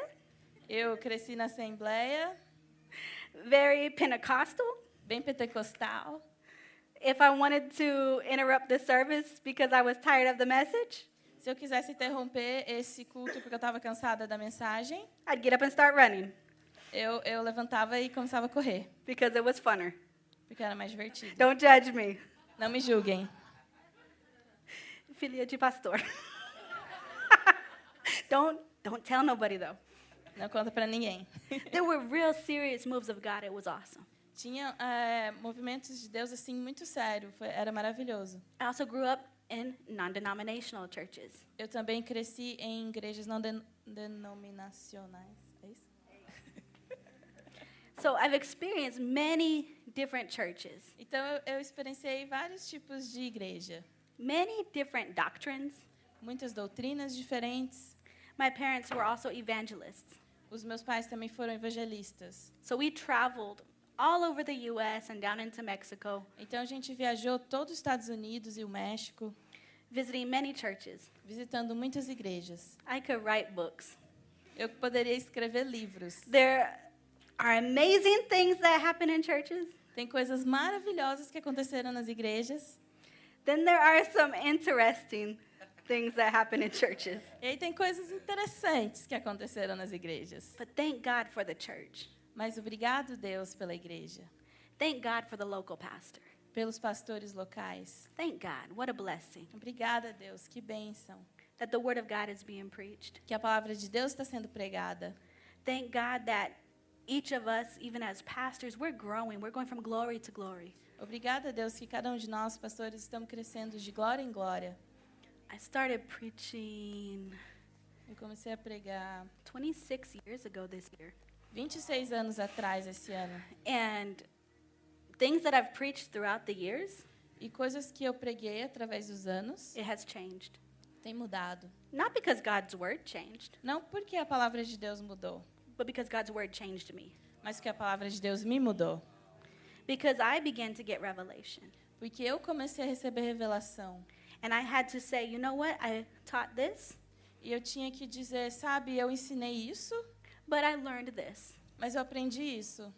Eu cresci na Assembleia, very Pentecostal. bem pentecostal. If I wanted to interrupt the service because I was tired of the message, Se eu quisesse interromper esse culto porque eu estava cansada da mensagem, I'd get up and start running eu, eu levantava e começava a correr, because it was funner. porque era mais divertido. Don't judge me, Não me julguem. filha de pastor. *laughs* don't don't tell nobody though. Não conta pra ninguém. *laughs* There were real serious moves of God. It was awesome. Tinha é, movimentos de Deus assim muito sério, foi, era maravilhoso. I also grew up in non denominational churches. Eu também cresci em igrejas não den- denominacionais, é isso? So I've experienced many different churches, Então eu, eu experienciei vários tipos de igreja, many different doctrines. muitas doutrinas diferentes. My parents were also evangelists. Os meus pais também foram evangelistas. So we traveled all over the US and down into Mexico, Então a gente viajou todo os Estados Unidos e o México, visiting many churches. visitando muitas igrejas. I could write books. Eu poderia escrever livros. There are amazing things that happen in churches. Tem coisas maravilhosas que aconteceram nas igrejas. Then there are some interesting things that happen in churches. E aí tem coisas interessantes que aconteceram nas igrejas. But thank God for the church. Mas obrigado, Deus, pela igreja, Thank God for the local pastor. pelos pastores locais. Thank God. What a blessing Obrigada, Deus, que bênção. that the word of God is being preached. Que a palavra de Deus está sendo pregada. Thank God that each of us, even as pastors, we're growing. We're going from glory to glory. Obrigada, Deus, que cada um de nós, pastores, estamos crescendo de glória em glória. I started preaching Eu comecei a pregar 26 years ago this year. 26 anos atrás, esse ano. And things that I've preached throughout the years, E coisas que eu preguei através dos anos it has changed. têm mudado. Not because God's word changed, Não porque a palavra de Deus mudou, but because God's word changed me. mas porque a palavra de Deus me mudou. Because I began to get revelation. Porque eu comecei a receber revelação. And I had to say, you know what? I taught this, E eu tinha que dizer, sabe, eu ensinei isso, but I learned this. mas eu aprendi isso.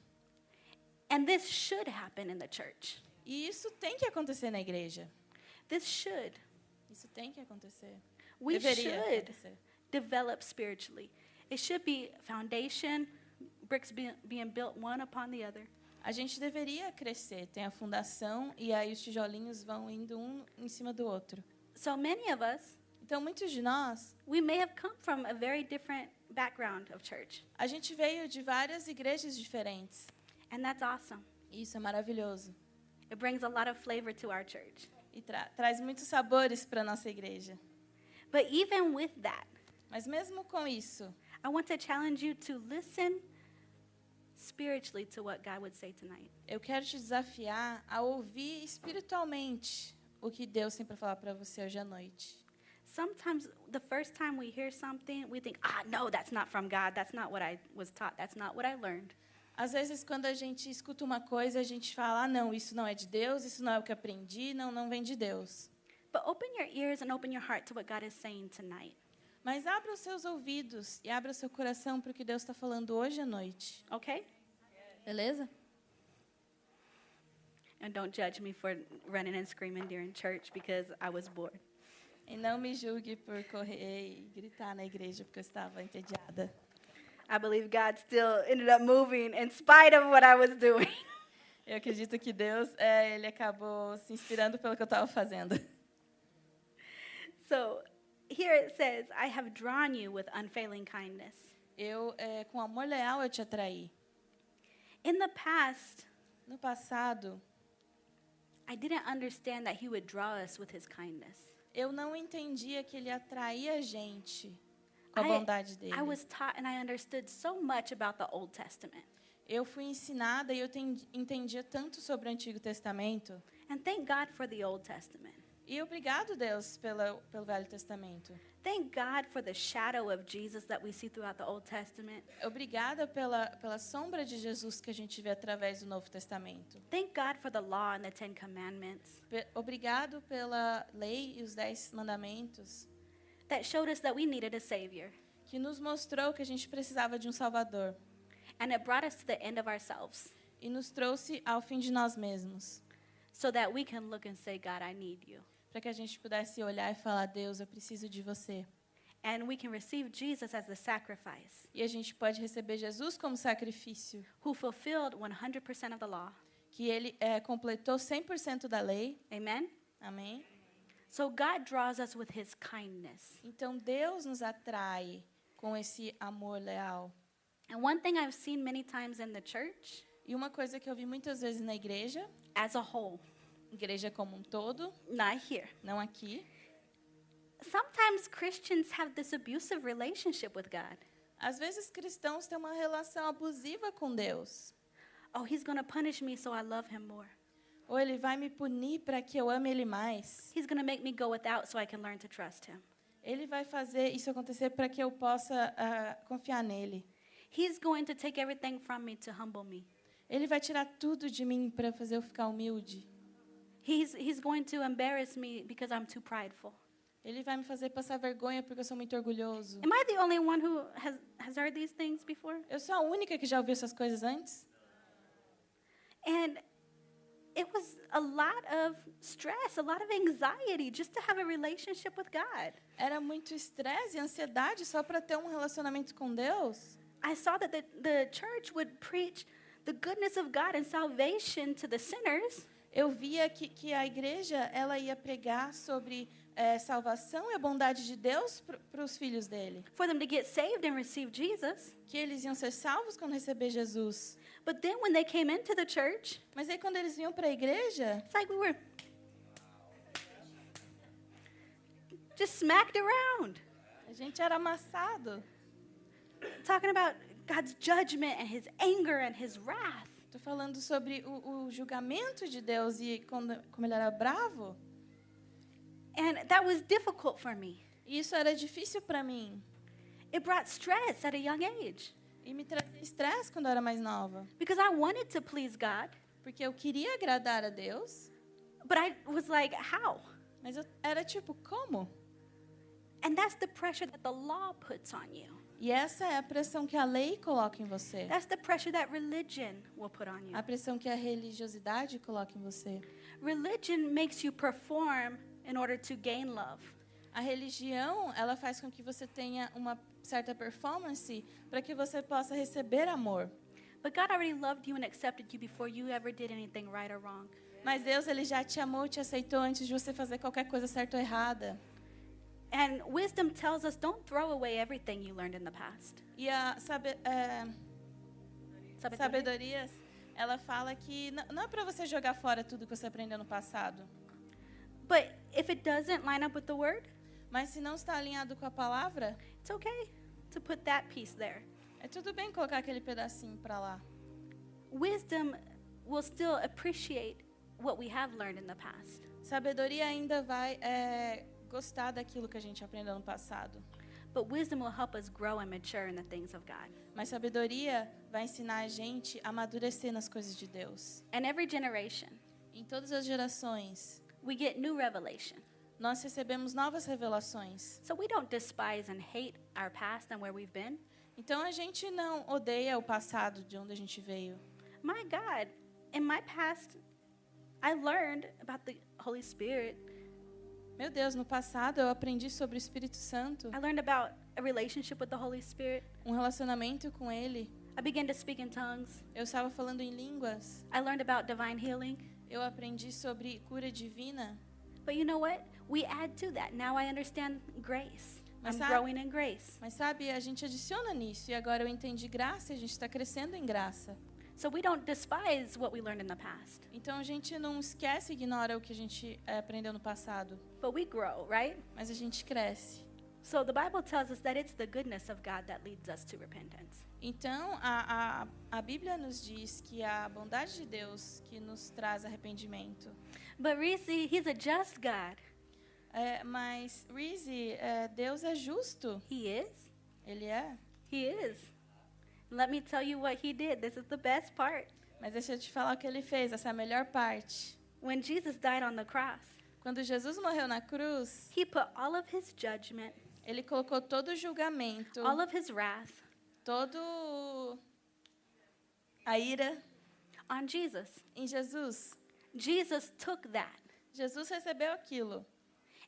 And this should happen in the church. E isso tem que acontecer na igreja. This should. Isso tem que acontecer. We Deveria should acontecer. develop spiritually. It should be foundation, bricks be, being built one upon the other. A gente deveria crescer, tem a fundação e aí os tijolinhos vão indo um em cima do outro. So many of us, Então, muitos de nós, we may have come from a very different background of church, a gente veio de várias igrejas diferentes. and that's awesome. E isso é maravilhoso It brings a lot of flavor to our church. e tra- traz muitos sabores para nossa igreja. But even with that, Mas mesmo com isso, I want to challenge you to listen spiritually to what God would say tonight. Eu quero te desafiar a ouvir espiritualmente o que Deus tem para falar para você hoje à noite. Sometimes the first time we hear something, we think, ah, no, that's not from God. That's not what I was taught. That's not what I learned. Às vezes, quando a gente escuta uma coisa, a gente fala: ah, não, isso não é de Deus, isso não é o que aprendi, não, não vem de Deus. But open your ears and open your heart to what God is saying tonight. Mas abra os seus ouvidos e abra o seu coração para o que Deus está falando hoje à noite. Okay? Beleza? And don't judge me for running and screaming during church because I was bored. E não me julgue por correr e gritar na igreja porque eu estava entediada. I believe God still ended up moving in spite of what I was doing. *laughs* Eu acredito que Deus, é, ele acabou se inspirando pelo que eu estava fazendo. *laughs* So here it says, I have drawn you with unfailing kindness. Eu, é, com amor leal, eu te atraí. In the past, No passado, I didn't understand that He would draw us with His kindness. eu não entendia que ele atraía a gente com a I- bondade dele. I was taught and I understood so much about the Old Testament. Eu fui ensinada e eu ten- entendia tanto sobre o Antigo Testamento. And thank God for the Old Testament. E obrigado, Deus, pela, pelo Velho Testamento. Thank God for the shadow of Jesus that we see throughout the Old Testament. Obrigada pela, pela sombra de Jesus que a gente vê através do Novo Testamento. Thank God for the law and the Ten Commandments Pe- obrigado pela lei e os Dez Mandamentos, that showed us that we needed a Savior. que nos mostrou que a gente precisava de um Salvador And it brought us to the end of ourselves e nos trouxe ao fim de nós mesmos. so that we can look and say, God, I need you. para que a gente pudesse olhar e falar: Deus, eu preciso de você. And we can receive Jesus as the sacrifice E a gente pode receber Jesus como sacrifício, who fulfilled 100% of the law. que ele eh, completou 100% da lei. Amen? Amém? So God draws us with his kindness. Então Deus nos atrai com esse amor leal. And one thing I've seen many times in the church E uma coisa que eu vi muitas vezes na igreja, as a whole, igreja como um todo, not here. não aqui, Sometimes Christians have this abusive relationship with God. às vezes cristãos têm uma relação abusiva com Deus. Oh, he's going to punish me so I love him more. Ou ele vai me punir para que eu ame ele mais. He's going to make me go without so I can learn to trust him. Ele vai fazer isso acontecer para que eu possa ah, confiar nele. He's going to take everything from me to humble me. Ele vai tirar tudo de mim para fazer eu ficar humilde. He's, he's going to embarrass me because I'm too prideful. Ele vai me fazer passar vergonha porque eu sou muito orgulhoso. Am I the only one who has, has heard these things before? Eu sou a única que já ouviu essas coisas antes. And it was a lot of stress, a lot of anxiety just to have a relationship with God. Era muito estresse e ansiedade só para ter um relacionamento com Deus. I saw that the, the church would preach the goodness of God and salvation to the sinners, Eu via que, que a igreja ela ia pregar sobre eh, salvação e a bondade de Deus para os filhos dele, for them to get saved and receive Jesus. que eles iam ser salvos quando receber Jesus. But then when they came into the church, Mas aí quando eles vinham para a igreja, it's like we were just smacked around, a gente era amassado. talking about God's judgment and his anger and his wrath. Estou falando sobre o, o julgamento de Deus e quando, como ele era bravo. And that was difficult for me. E isso era difícil para mim. It brought stress at a young age E me trazia estresse quando eu era mais nova. because I wanted to please God, Porque eu queria agradar a Deus, but I was like, how? mas eu era tipo, como? And that's the pressure that the law puts on you. E essa é a pressão que a lei coloca em você. That's the pressure that religion will put on you. A pressão que a religiosidade coloca em você. Religion makes you perform in order to gain love. A religião, ela faz com que você tenha uma certa performance para que você possa receber amor. But God already loved you and accepted you before you ever did anything right or wrong. Mas Deus, ele já te amou, te aceitou antes de você fazer qualquer coisa certa ou errada. And wisdom tells us don't throw away everything you learned in the past. E a sabe, é, Sabe- sabedoria, ela fala que n- não é para você jogar fora tudo que você aprendeu no passado. But if it doesn't line up with the word, Mas se não está alinhado com a palavra, it's okay to put that piece there. é tudo bem colocar aquele pedacinho para lá. Wisdom will still appreciate what we have learned in the past. Sabedoria ainda vai é, gostar daquilo que a gente aprendeu no passado. But wisdom will help us grow and mature in the things of God. Mas sabedoria vai ensinar a gente a amadurecer nas coisas de Deus. And every generation, Em todas as gerações, we get new revelation. nós recebemos novas revelações. So we don't despise and hate our past and where we've been. Então a gente não odeia o passado de onde a gente veio. My God, in my past, I learned about the Holy Spirit. Meu Deus, no passado eu aprendi sobre o Espírito Santo, I learned about a relationship with the Holy Spirit. um relacionamento com Ele. I began to speak in tongues. Eu estava falando em línguas. I learned about divine healing. Eu aprendi sobre cura divina. But you know what? We add to that. Now I understand grace. I'm Mas sabe- growing in grace. Mas sabe, a gente adiciona nisso e agora eu entendi graça e a gente está crescendo em graça. So we don't despise what we learned in the past, Então a gente não esquece e ignora o que a gente eh, aprendeu no passado, but we grow, right? mas a gente cresce. So the Bible tells us that it's the goodness of God that leads us to repentance. Então a, a, a Bíblia nos diz que a bondade de Deus que nos traz arrependimento. But Reese, he's a just God. Eh, mas, Reezy, eh, Deus é justo. He is. Ele é. He is. Let me tell you what he did. This is the best part. Mas deixa eu te falar o que ele fez, essa é a melhor parte. When Jesus died on the cross, Quando Jesus morreu na cruz, he put all of his judgment, ele colocou todo o julgamento, all of his wrath todo o- a ira on Jesus. em Jesus. Jesus took that, Jesus recebeu aquilo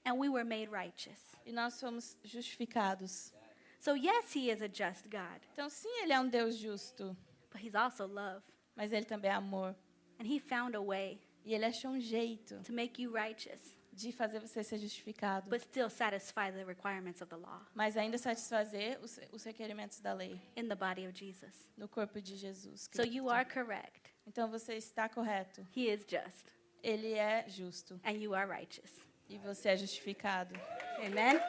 and we were made righteous. e nós fomos justificados. So, yes, he is a just God, Então, sim, ele é um Deus justo, but he's also love. mas ele também é amor. And he found a way E ele achou um jeito to make you righteous, de fazer você ser justificado, but still satisfy the requirements of the law mas ainda satisfazer os, os requerimentos da lei in the body of Jesus. no corpo de Jesus. So, Cristo. you are correct. Então você está correto. He is just, Ele é justo and you are righteous. e você é justificado. Amen.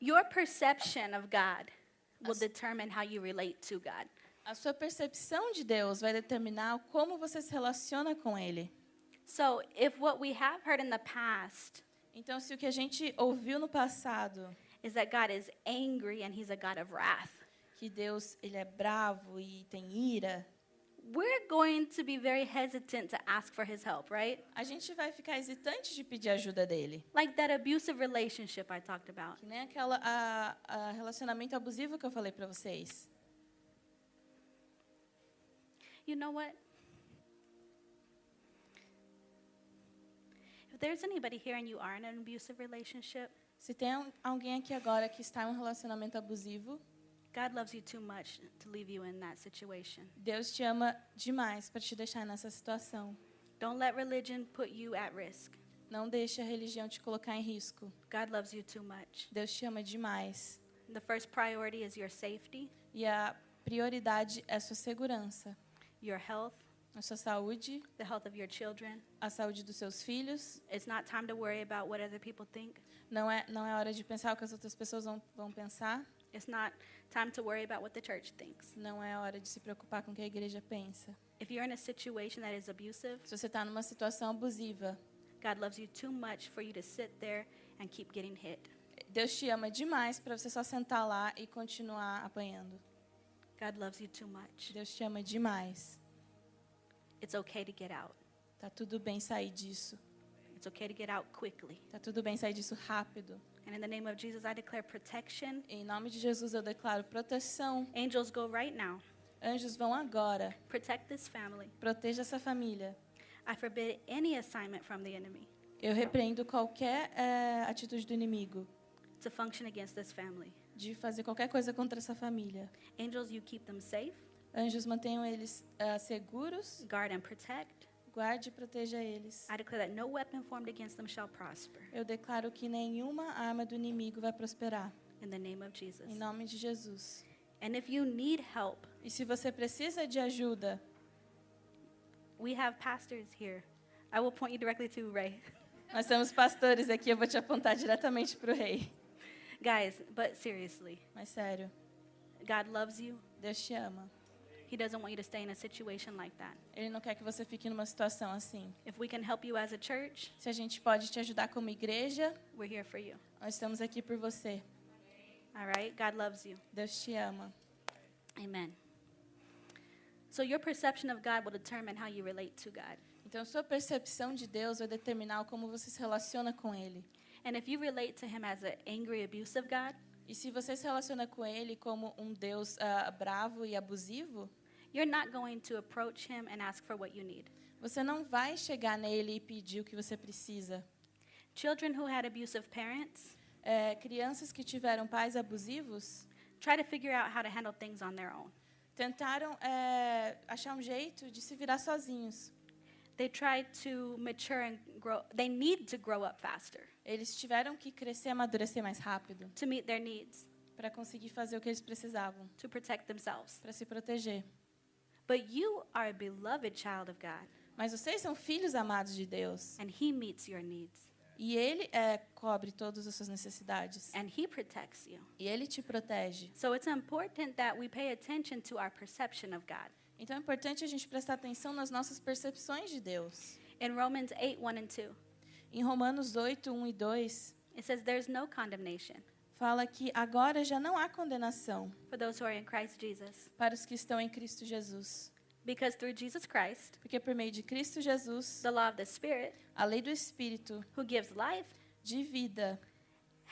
Your perception of God will determine how you relate to God. A sua percepção de Deus vai determinar como você se relaciona com Ele. So, if what we have heard in the past Então, se o que a gente ouviu no passado, is that God is angry and he's a God of wrath, que Deus ele é bravo e tem ira, we're going to be very hesitant to ask for his help, right? a gente vai ficar hesitante de pedir ajuda dele. Like that abusive relationship I talked about. Que nem aquela a, a relacionamento abusivo que eu falei para vocês. You know what? If there's anybody here and you are in an abusive relationship, Se tem al- alguém aqui agora que está em um relacionamento abusivo, God loves you too much to leave you in that situation. Deus te ama demais para te deixar nessa situação. Don't let religion put you at risk. Não deixe a religião te colocar em risco. God loves you too much. Deus te ama demais. The first priority is your safety, E a prioridade é a sua segurança, your health, a sua saúde, the health of your children. a saúde dos seus filhos. It's not time to worry about what other people think. Não é, não é hora de pensar o que as outras pessoas vão, vão pensar. It's not time to worry about what the church thinks. Não é hora de se preocupar com o que a igreja pensa. If you're in a situation that is abusive, Se você está numa situação abusiva, God loves you too much for you to sit there and keep getting hit. Deus te ama demais para você só sentar lá e continuar apanhando. God loves you too much. Deus te ama demais. It's okay to get out. Tá tudo bem sair disso. It's okay to get out quickly. Tá tudo bem sair disso rápido. And in the name of Jesus, I declare protection. Em nome de Jesus eu declaro proteção. Angels go right now. Anjos vão agora. Protect this family. Proteja essa família. I forbid any assignment from the enemy Eu repreendo qualquer eh, atitude do inimigo to function against this family. de fazer qualquer coisa contra essa família. Angels, you keep them safe, Anjos mantenham eles ah, seguros, guard and protect. guarde e proteja eles. I declare that no weapon formed against them shall prosper. Eu declaro que nenhuma arma do inimigo vai prosperar, In the name of Jesus. em nome de Jesus. And if you need help, E se você precisa de ajuda, we have pastors here. I will point you directly to Ray. *laughs* nós temos pastores aqui, eu vou te apontar diretamente para o rei. Guys, but seriously, Mas sério, God loves you. Deus te ama. He doesn't want you to stay in a situation like that. Ele não quer que você fique numa situação assim. If we can help you as a church, Se a gente pode te ajudar como igreja, we're here for you. nós estamos aqui por você. All right? God loves you. Deus te ama. Amen. So your perception of God will determine how you relate to God. Então, sua percepção de Deus vai determinar como você se relaciona com Ele. And if you relate to him as an angry, abusive God, E se você se relaciona com ele como um Deus ah, bravo e abusivo, you're not going to approach him and ask for what you need. você não vai chegar nele e pedir o que você precisa. Children who had abusive parents É, crianças que tiveram pais abusivos try to figure out how to handle things on their own. tentaram é, achar um jeito de se virar sozinhos. They try to mature and grow. They need to grow up faster Eles tiveram que crescer e amadurecer mais rápido to meet their needs, para conseguir fazer o que eles precisavam, to protect themselves. para se proteger. But you are a beloved child of God, Mas vocês são filhos amados de Deus and He meets your needs, e Ele é, cobre todas as suas necessidades and He protects you. e Ele te protege. So it's important that we pay attention to our perception of God. Então é importante a gente prestar atenção nas nossas percepções de Deus. In Romans 8 1 and 2, Em Romanos 8, 1 e 2, it says, There's no condemnation fala que agora já não há condenação for those who are in Christ Jesus, para os que estão em Cristo Jesus. because through Jesus Christ, Porque por meio de Cristo Jesus, the law of the Spirit, a lei do Espírito who gives life, de vida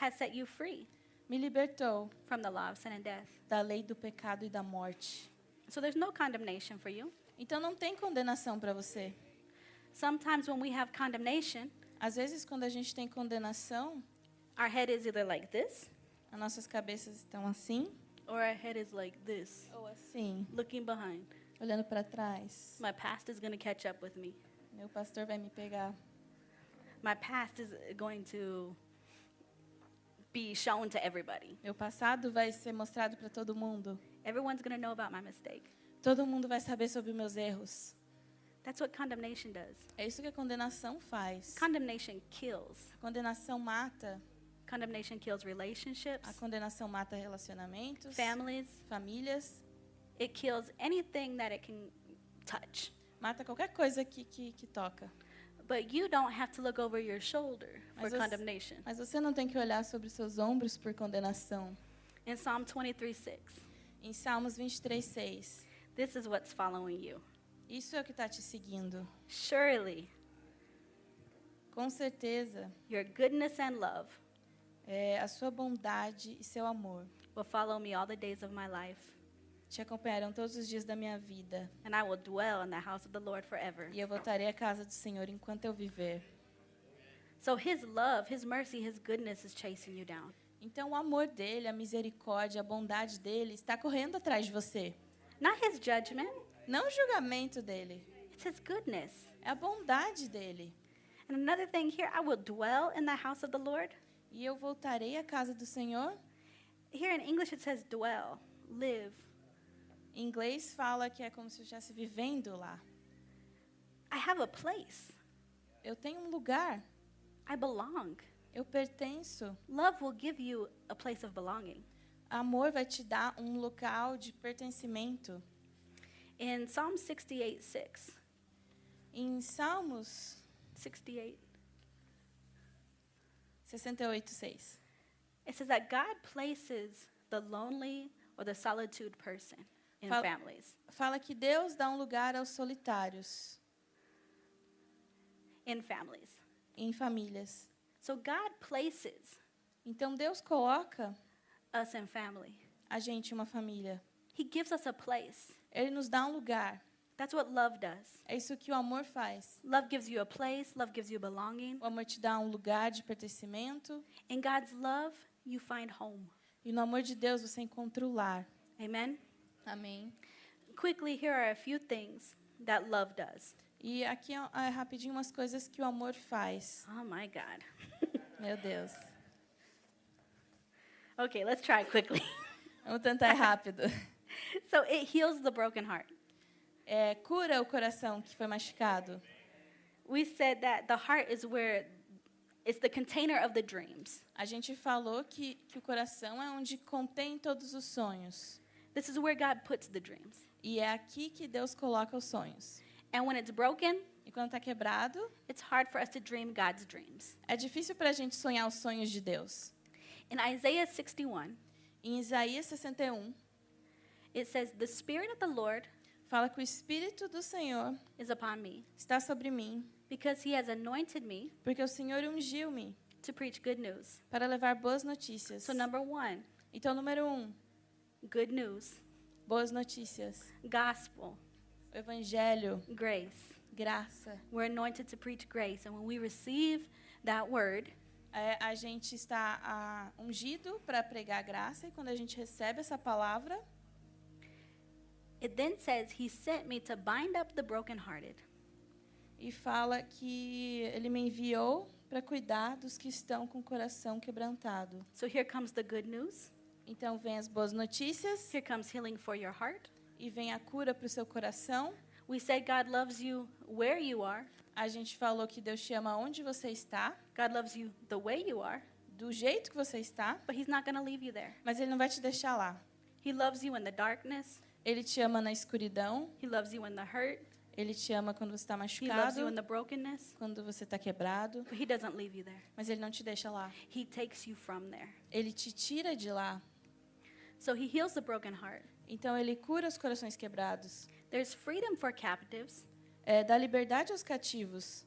has set you free me libertou from the law of sin and death. da lei do pecado e da morte. So there's no condemnation for you. Então não tem condenação para você. Sometimes when we have condemnation, Às vezes, quando a gente tem condenação, our head is either like this as nossas cabeças estão assim or our head is like this, ou assim, looking behind. olhando para trás. My past is going to catch up with me. Meu pastor vai me pegar. My past is going to be shown to everybody. Meu passado vai ser mostrado para todo mundo. Everyone's going to know about my mistake. Todo mundo vai saber sobre meus erros. That's what condemnation does. É isso que a condenação faz. Condemnation kills. A condenação mata. Condemnation kills relationships, A condenação mata relacionamentos, families. famílias, It kills anything that it can touch. mata qualquer coisa que, que, que toca. But you don't have to look over your shoulder for Mas você- condemnation. Mas você não tem que olhar sobre os seus ombros por condenação. In Psalm 23 6, Em Salmos 23, 6. this is what's following you. Isso é o que está te seguindo. Surely Com certeza, your goodness and love é, a sua bondade e seu amor will follow me all the days of my life, te acompanharão todos os dias da minha vida. and I will dwell in the house of the Lord forever. E eu voltarei à casa do Senhor enquanto eu viver. So his love, his mercy, his goodness is chasing you down. Então, o amor dele, a misericórdia, a bondade dele está correndo atrás de você. Not his judgment, Não o julgamento dele, it's his goodness. é a bondade dele. And another thing here, I will dwell in the house of the Lord. E eu voltarei à casa do Senhor. Here in English, it says dwell, live. Em inglês fala que é como se eu estivesse vivendo lá. I have a place, Eu tenho um lugar, I belong. eu pertenço. Love will give you a place of belonging. Amor vai te dar um local de pertencimento. In Psalm 68 6, Em Salmos 68, 68, 6. it says that God places the lonely or the solitude person in Fal- families. Fala que Deus dá um lugar aos solitários, In families. em famílias. So God places Então Deus coloca us in family. a gente em uma família. He gives us a place. Ele nos dá um lugar. That's what love does. É isso que o amor faz. Love gives you a place, love gives you belonging. O amor te dá um lugar de pertencimento. In God's love, you find home. E no amor de Deus você encontra o lar. Amen. Amém. Quickly, here are a few things that love does. E aqui ó, é rapidinho umas coisas que o amor faz. Oh my God. *laughs* Meu Deus. okay, let's try it quickly. *laughs* Vamos tentar rápido. so it heals the broken heart. É, cura o coração que foi machucado. We said that the heart is where it's the container of the dreams. A gente falou que, que o coração é onde contém todos os sonhos. This is where God puts the dreams. E é aqui que Deus coloca os sonhos. And when it's broken, E quando está quebrado, it's hard for us to dream God's dreams. é difícil para a gente sonhar os sonhos de Deus. In Isaiah 61, Em Isaías 61, it says, The Spirit of the Lord fala que o Espírito do Senhor is upon me, está sobre mim, because he has anointed me porque o Senhor ungiu-me to preach good news. para levar boas notícias. So, number one, Então, número um, good news, boas notícias. gospel, O Evangelho, grace. graça. We're anointed to preach grace. And when we receive that word, É, a gente está ah, ungido para pregar a graça e quando a gente recebe essa palavra, it then says, He sent me to bind up the brokenhearted. e fala que ele me enviou para cuidar dos que estão com o coração quebrantado. So, here comes the good news. Então vem as boas notícias Here comes healing for your heart. e vem a cura para o seu coração. We said God loves you where you are, A gente falou que Deus te ama onde você está, God loves you the way you are, do jeito que você está, but He's not going to leave you there. mas Ele não vai te deixar lá. He loves you in the darkness, Ele te ama na escuridão, He loves you in the hurt, Ele te ama quando você está He loves you in machucado, the brokenness, quando você está quebrado, but He doesn't leave you there. mas Ele não te deixa lá. He takes you from there. Ele te tira de lá. So He heals the broken heart. Então Ele cura os corações quebrados, There's freedom for captives, é, dá liberdade aos cativos,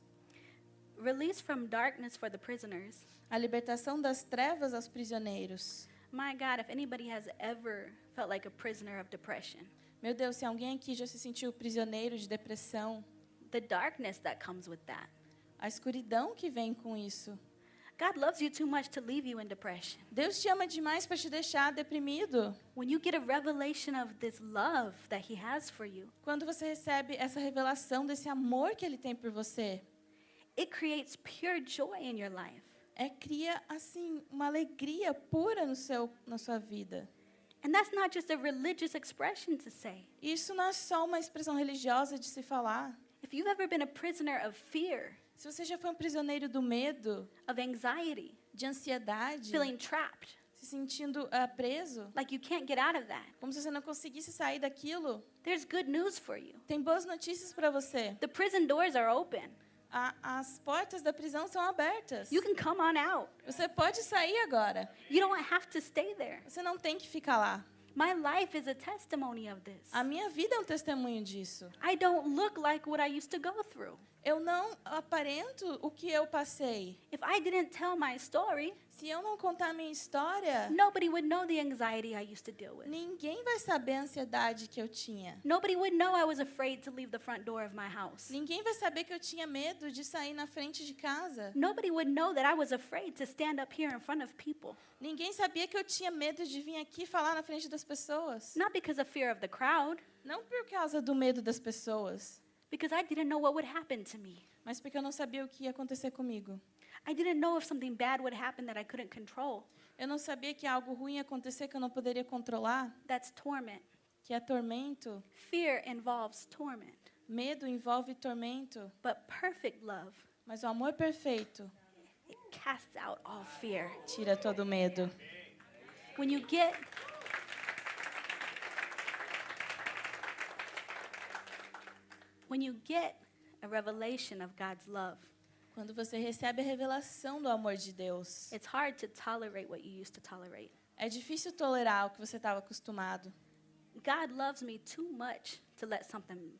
release from darkness for the prisoners. a libertação das trevas aos prisioneiros. My God, if anybody has ever felt like a prisoner of depression, Meu Deus, se alguém aqui já se sentiu prisioneiro de depressão, the darkness that comes with that. a escuridão que vem com isso. God loves you too much to leave you in depression. Deus te ama demais para te deixar deprimido. When you get a revelation of this love that He has for you, Quando você recebe essa revelação desse amor que ele tem por você, it creates pure joy in your life. é, cria assim uma alegria pura no seu, na sua vida. And that's not just a religious expression to say. Isso não é só uma expressão religiosa de se falar. If you've ever been a prisoner of fear, Se você já foi um prisioneiro do medo, of anxiety, de ansiedade, feeling trapped, se sentindo ah, preso, like you can't get out of that, como se você não conseguisse sair daquilo, there's good news for you. tem boas notícias para você. The prison doors are open. A, as portas da prisão são abertas. You can come on out. Você pode sair agora. You don't have to stay there. Você não tem que ficar lá. My life is a testimony of this. A minha vida é um testemunho disso. I don't look like what I used to go through. Eu não aparento o que eu passei. If I didn't tell my story, Se eu não contar a minha história, nobody would know the anxiety I used to deal with. ninguém vai saber a ansiedade que eu tinha. Nobody would know I was afraid to leave the front door of my house. Ninguém vai saber que eu tinha medo de sair na frente de casa. Nobody would know that I was afraid to stand up here in front of people. Ninguém sabia que eu tinha medo de vir aqui falar na frente das pessoas. Not because of fear of the crowd, Não por causa do medo das pessoas, because I didn't know what would happen to me. mas porque eu não sabia o que ia acontecer comigo. I didn't know if something bad would happen that I couldn't control. Eu não sabia que algo ruim ia acontecer que eu não poderia controlar, That's torment. que é tormento. Fear involves torment, Medo envolve tormento, but perfect love mas o amor perfeito it casts out all fear. tira todo o medo. When you get When you get a revelation of God's love, Quando você recebe a revelação do amor de Deus, it's hard to tolerate what you used to tolerate. é difícil tolerar o que você estava acostumado. God loves me too much to let something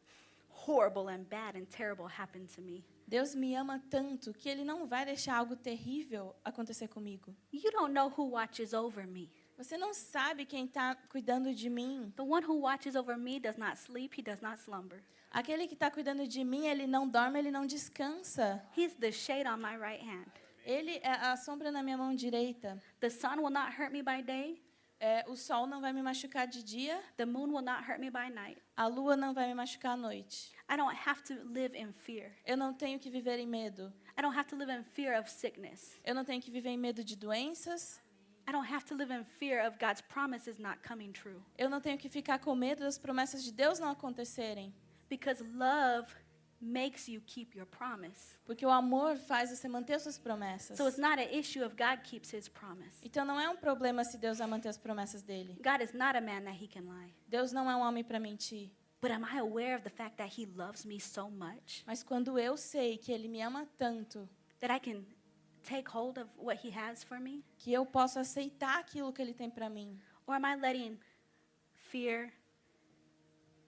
horrible and bad and terrible happen to me. Deus me ama tanto que Ele não vai deixar algo terrível acontecer comigo. You don't know who watches over me. Você não sabe quem está cuidando de mim. The one who watches over me does not sleep, he does not slumber. Aquele que está cuidando de mim, ele não dorme, ele não descansa. He's the shade on my right hand. Ele é a sombra na minha mão direita. The sun will not hurt me by day, É, o sol não vai me machucar de dia, the moon will not hurt me by night. a lua não vai me machucar à noite. I don't have to live in fear. Eu não tenho que viver em medo. I don't have to live in fear of sickness. Eu não tenho que viver em medo de doenças. I don't have to live in fear of God's promises not coming true. Eu não tenho que ficar com medo das promessas de Deus não acontecerem. Because love makes you keep your promise. Porque o amor faz você manter as suas promessas. So it's not an issue if God keeps his promise. Então não é um problema se Deus vai manter as promessas dele. God is not a man that he can lie. Deus não é um homem para mentir. But am I aware of the fact that he loves me so much Mas quando eu sei que ele me ama tanto, that I can take hold of what he has for me? que eu posso aceitar aquilo que ele tem para mim, Or am I letting fear,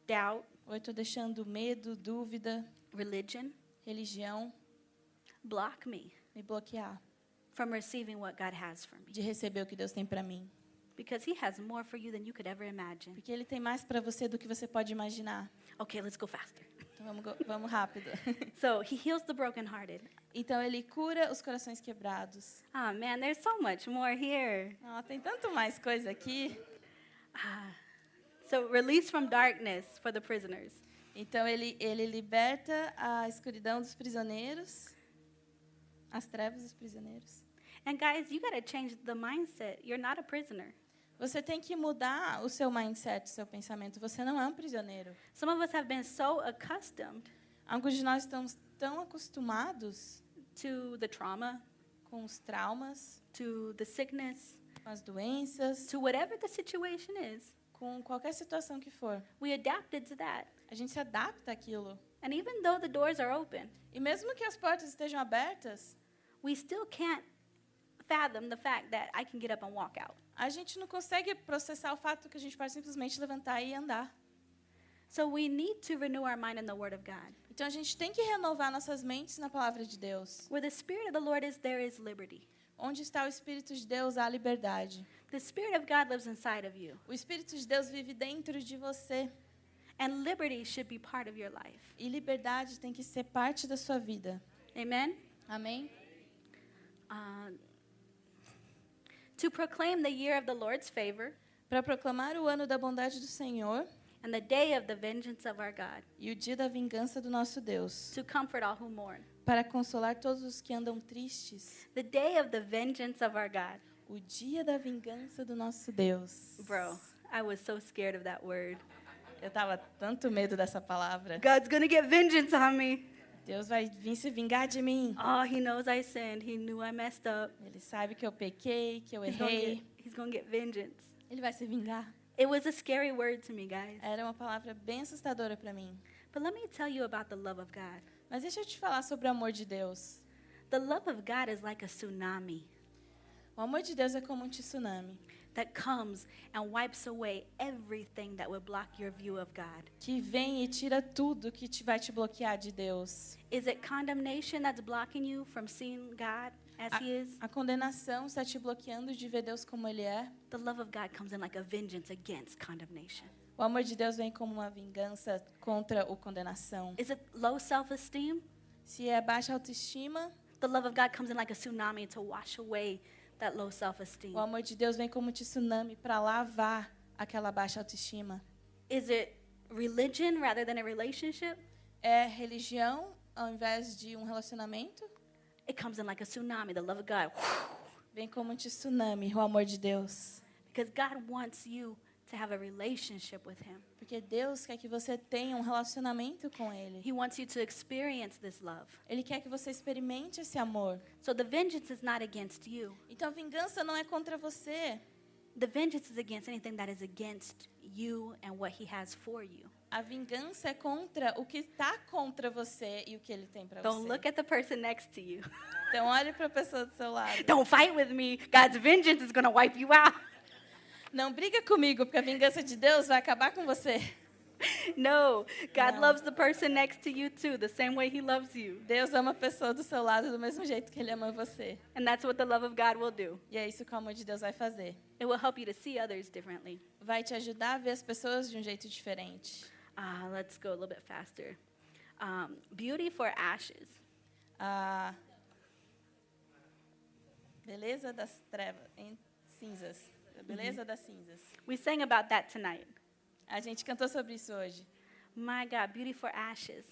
doubt, ou eu tô deixando medo, dúvida, religion religião block me me bloquear from receiving what God has for me? de receber o que Deus tem para mim? Because he has more for you than you could ever imagine. Porque ele tem mais para você do que você pode imaginar. Okay, let's go faster. Então vamos go- vamos rápido. *laughs* So he heals the brokenhearted. Então ele cura os corações quebrados. Ah, man, there's so much more here. Ah, tem tanto mais coisa aqui. Ah. So release from darkness for the prisoners. Então ele, ele liberta a escuridão dos prisioneiros, as trevas dos prisioneiros. And guys, you got to change the mindset. You're not a prisoner. Você tem que mudar o seu mindset, o seu pensamento. Você não é um prisioneiro. Some of us have been so accustomed Alguns de nós estamos tão acostumados to the trauma, com os traumas, to the sickness, com as doenças, to whatever the situation is. com qualquer situação que for. We adapted to that. A gente se adapta àquilo. And even though the doors are open, E mesmo que as portas estejam abertas, we still can't fathom the fact that I can get up and walk out. a gente não consegue processar o fato que a gente pode simplesmente levantar e andar. So we need to renew our mind in the Word of God. Então a gente tem que renovar nossas mentes na palavra de Deus. Where the Spirit of the Lord is, there is liberty. Onde está o Espírito de Deus, há a liberdade. The Spirit of God lives inside of you, O Espírito de Deus vive dentro de você. and liberty should be part of your life. E liberdade tem que ser parte da sua vida. Amen? Amém? Uh, to proclaim the year of the Lord's favor Para proclamar o ano da bondade do Senhor and the day of the vengeance of our God, e o dia da vingança do nosso Deus, to comfort all who mourn. para consolar todos os que andam tristes. The day of the vengeance of our God. O dia da vingança do nosso Deus. Bro, I was so scared of that word. Eu tava tanto medo dessa palavra. God's gonna get vengeance on me. Deus vai vir se vingar de mim. Oh, he knows I sinned. He knew I messed up. Ele sabe que eu pequei, que eu He's gonna get, errei. he's gonna get vengeance. Ele vai se vingar. It was a scary word to me, guys. Era uma palavra bem assustadora para mim. But let me tell you about the love of God. Mas deixa eu te falar sobre o amor de Deus. The love of God is like a tsunami O amor de Deus é como um tsunami that comes and wipes away everything that would block your view of God. que vem e tira tudo que te vai te bloquear de Deus. Is it condemnation that's blocking you from seeing God as He is? A condenação está te bloqueando de ver Deus como Ele é. The love of God comes in like a vengeance against condemnation. O amor de Deus vem como uma vingança contra o condenação. Is it low self esteem? Se é baixa autoestima, The love of God comes in like a tsunami to wash away that low self esteem. o amor de Deus vem como um tsunami para lavar aquela baixa autoestima. Is it religion rather than a relationship? É religião ao invés de um relacionamento? It comes in like a tsunami, the love of God. *sighs* Vem como um tsunami, o amor de Deus. Because God wants you to have a relationship with Him, Porque Deus quer que você tenha um relacionamento com Ele. He wants you to experience this love. Ele quer que você experimente esse amor. So the vengeance is not against you, Então, a vingança não é contra você. the vengeance is against anything that is against you and what He has for you. A vingança é contra o que está contra você e o que Ele tem para Don't Então, look você. at the person next to you. Então, olhe para a pessoa do seu lado. Don't fight with me. God's vengeance is going to wipe you out. Não briga comigo, porque a vingança de Deus vai acabar com você. *laughs* No, God No. loves the person next to you too, the same way He loves you. Deus ama a pessoa do seu lado do mesmo jeito que Ele ama você. And that's what the love of God will do. E é isso que o amor de Deus vai fazer. It will help you to see others differently. Vai te ajudar a ver as pessoas de um jeito diferente. Ah, let's go a little bit faster. Um, beauty for ashes. a beleza das trevas, em cinzas, a beleza das cinzas. We sang about that tonight. A gente cantou sobre isso hoje. My God, beauty for ashes.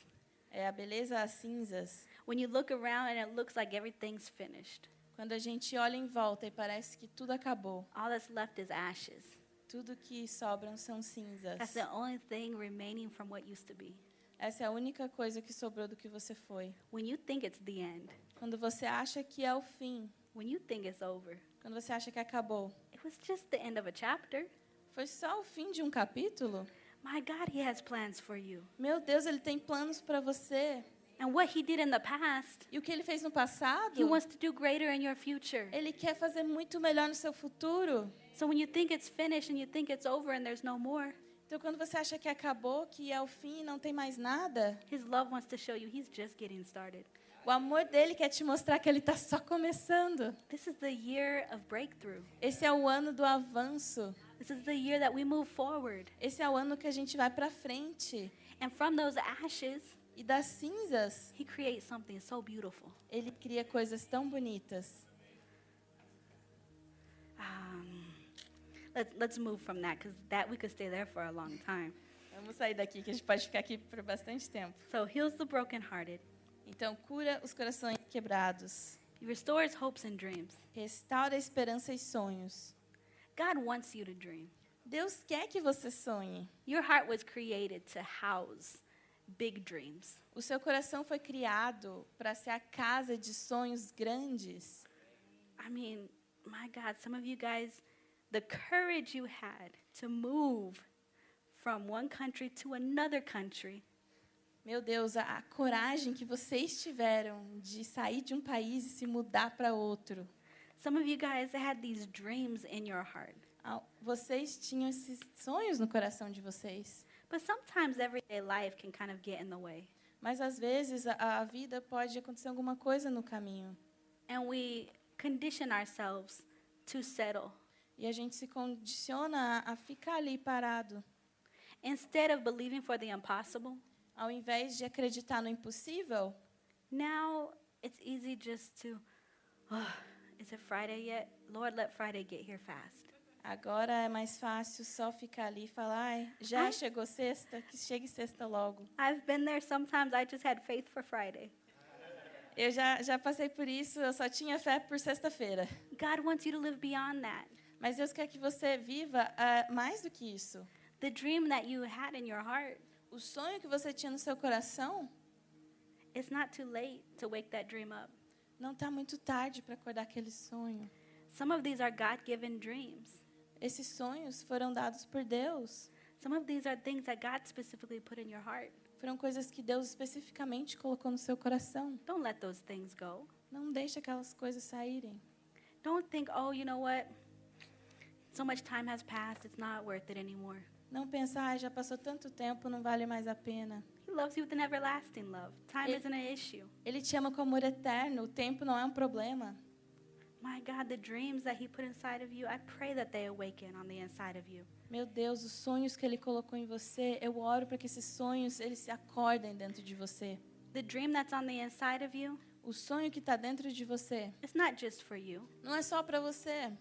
É a beleza às cinzas. When you look around and it looks like everything's finished, Quando a gente olha em volta e parece que tudo acabou, all that's left is ashes. tudo que sobram são cinzas. That's the only thing remaining from what used to be. Essa é a única coisa que sobrou do que você foi. When you think it's the end, Quando você acha que é o fim, when you think it's over, quando você acha que acabou, it was just the end of a chapter. foi só o fim de um capítulo? My God, He has plans for you. Meu Deus, ele tem planos para você. And what He did in the past, E o que ele fez no passado? He wants to do greater in your future. Ele quer fazer muito melhor no seu futuro. So when you think it's finished and you think it's over and there's no more, Então, quando você acha que acabou, que é o fim e não tem mais nada, His love wants to show you He's just getting started. o amor dele quer te mostrar que ele está só começando. This is the year of breakthrough. Esse é o ano do avanço. This is the year that we move forward. Esse é o ano que a gente vai para frente. And from those ashes, E das cinzas, He creates something so beautiful. ele cria coisas tão bonitas. Um, let, let's move from that because that we could stay there for a long time. Vamos sair daqui, que a gente pode ficar aqui por bastante tempo. So heals the brokenhearted. Então, cura os corações quebrados. He restores hopes and dreams. Restaura a esperança e sonhos. God wants you to dream. Deus quer que você sonhe. Your heart was created to house big dreams. O seu coração foi criado para ser a casa de sonhos grandes. I mean, my God, some of you guys, the courage you had to move from one country to another country Meu Deus, a, a coragem que vocês tiveram de sair de um país e se mudar para outro. Some of you guys had these dreams in your heart, Ah, Vocês tinham esses sonhos no coração de vocês. but sometimes everyday life can kind of get in the way. Mas às vezes a, a vida pode acontecer alguma coisa no caminho. And we condition ourselves to settle E a gente se condiciona a, a ficar ali parado. instead of believing for the impossible. Ao invés de acreditar no impossível, Now it's easy just to, oh, is it Friday yet? Lord, let Friday get here fast. Agora é mais fácil só ficar ali e falar, ai, já Ai. chegou sexta, que chegue sexta logo. I've been there sometimes. I just had faith for Friday. Eu já, já passei por isso, eu só tinha fé por sexta-feira. God wants you to live beyond that. Mas Deus quer que você viva ah, mais do que isso. The dream that you had in your heart, O sonho que você tinha no seu coração it's not too late to wake that dream up. não está muito tarde para acordar aquele sonho. Some of these are God given dreams. Esses sonhos foram dados por Deus. Some of these are things that God specifically put in your heart. Foram coisas que Deus especificamente colocou no seu coração. Don't let those things go. Não deixe aquelas coisas saírem. Don't think, oh, you know what? So much time has passed, it's not worth it anymore. Não pensar, ah, já passou tanto tempo, não vale mais a pena. He loves you with an everlasting love. Time It- isn't an issue. Ele te ama com amor eterno, o tempo não é um problema. My God, the dreams that He put inside of you, I pray that they awaken on the inside of you. Meu Deus, os sonhos que ele colocou em você, eu oro para que esses sonhos eles se acordem dentro de você. The dream that's on the inside of you, O sonho que está dentro de você it's not just for you, não é só para você,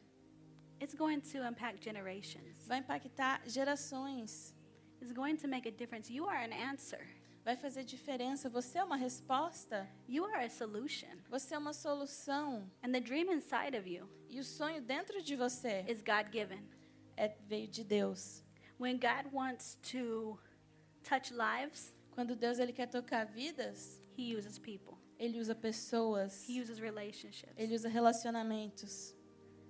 it's going to impact generations. vai impactar gerações, It's going to make a difference. You are an answer, vai fazer diferença. Você é uma resposta, you are a solution. você é uma solução. And the dream inside of you E o sonho dentro de você is God given. é, veio de Deus. When God wants to touch lives, Quando Deus ele quer tocar vidas, He uses people. ele usa pessoas, He uses relationships. ele usa relacionamentos.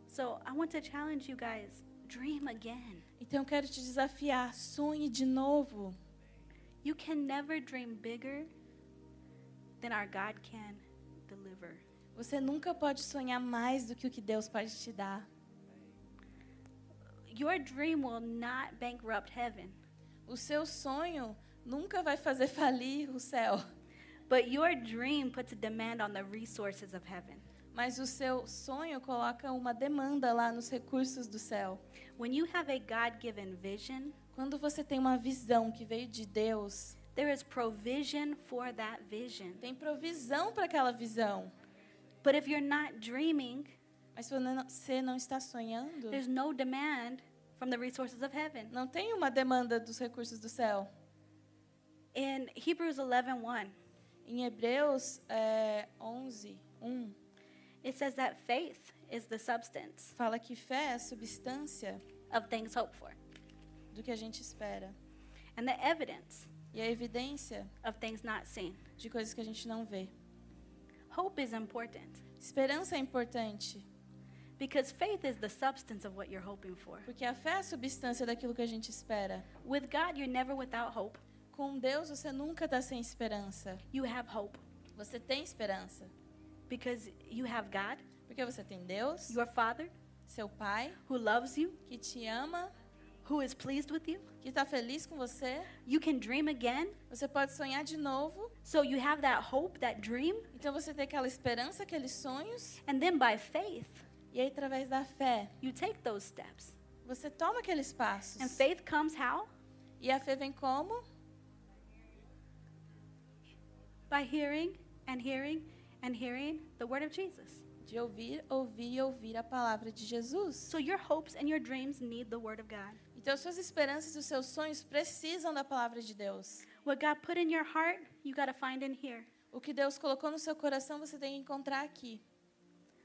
So I want to challenge you guys dream again. Então eu quero te desafiar, sonhe de novo. You can never dream bigger than our God can deliver. Você nunca pode sonhar mais do que o que Deus pode te dar. Your dream will not bankrupt heaven, O seu sonho nunca vai fazer *laughs* falir o céu, but your dream puts a demand on the resources of heaven. mas o seu sonho coloca uma demanda lá nos recursos do céu. When you have a God given vision, Quando você tem uma visão que veio de Deus, there is provision for that vision. tem provisão para aquela visão. But if you're not dreaming, Mas se você não está sonhando, there's no demand from the resources of heaven. não tem uma demanda dos recursos do céu. In Hebrews 11:1, Em Hebreus é, 11, 1, it says that faith is the substance fala que fé é a substância of things hoped for do que a gente espera and the evidence e a evidência of things not seen. de coisas que a gente não vê. Hope is important Esperança é importante, because faith is the substance of what you're hoping for. porque a fé é a substância daquilo que a gente espera. With God, you're never without hope. Com Deus, você nunca está sem esperança. You have hope Você tem esperança, because you have God, porque você tem Deus, your Father, seu Pai, who loves you, que te ama, who is pleased with you. que está feliz com você. You can dream again. Você pode sonhar de novo. So you have that hope, that dream. Então você tem aquela esperança, aqueles sonhos, And then by faith, e aí através da fé, you take those steps. você toma aqueles passos. And faith comes how? E a fé vem como? By hearing and hearing and hearing the word of Jesus. De ouvir, ouvir e ouvir a palavra de Jesus. So your hopes and your dreams need the word of God. Então, suas esperanças e os seus sonhos precisam da palavra de Deus. What God put in your heart, you got to find in here. O que Deus colocou no seu coração, você tem que encontrar aqui.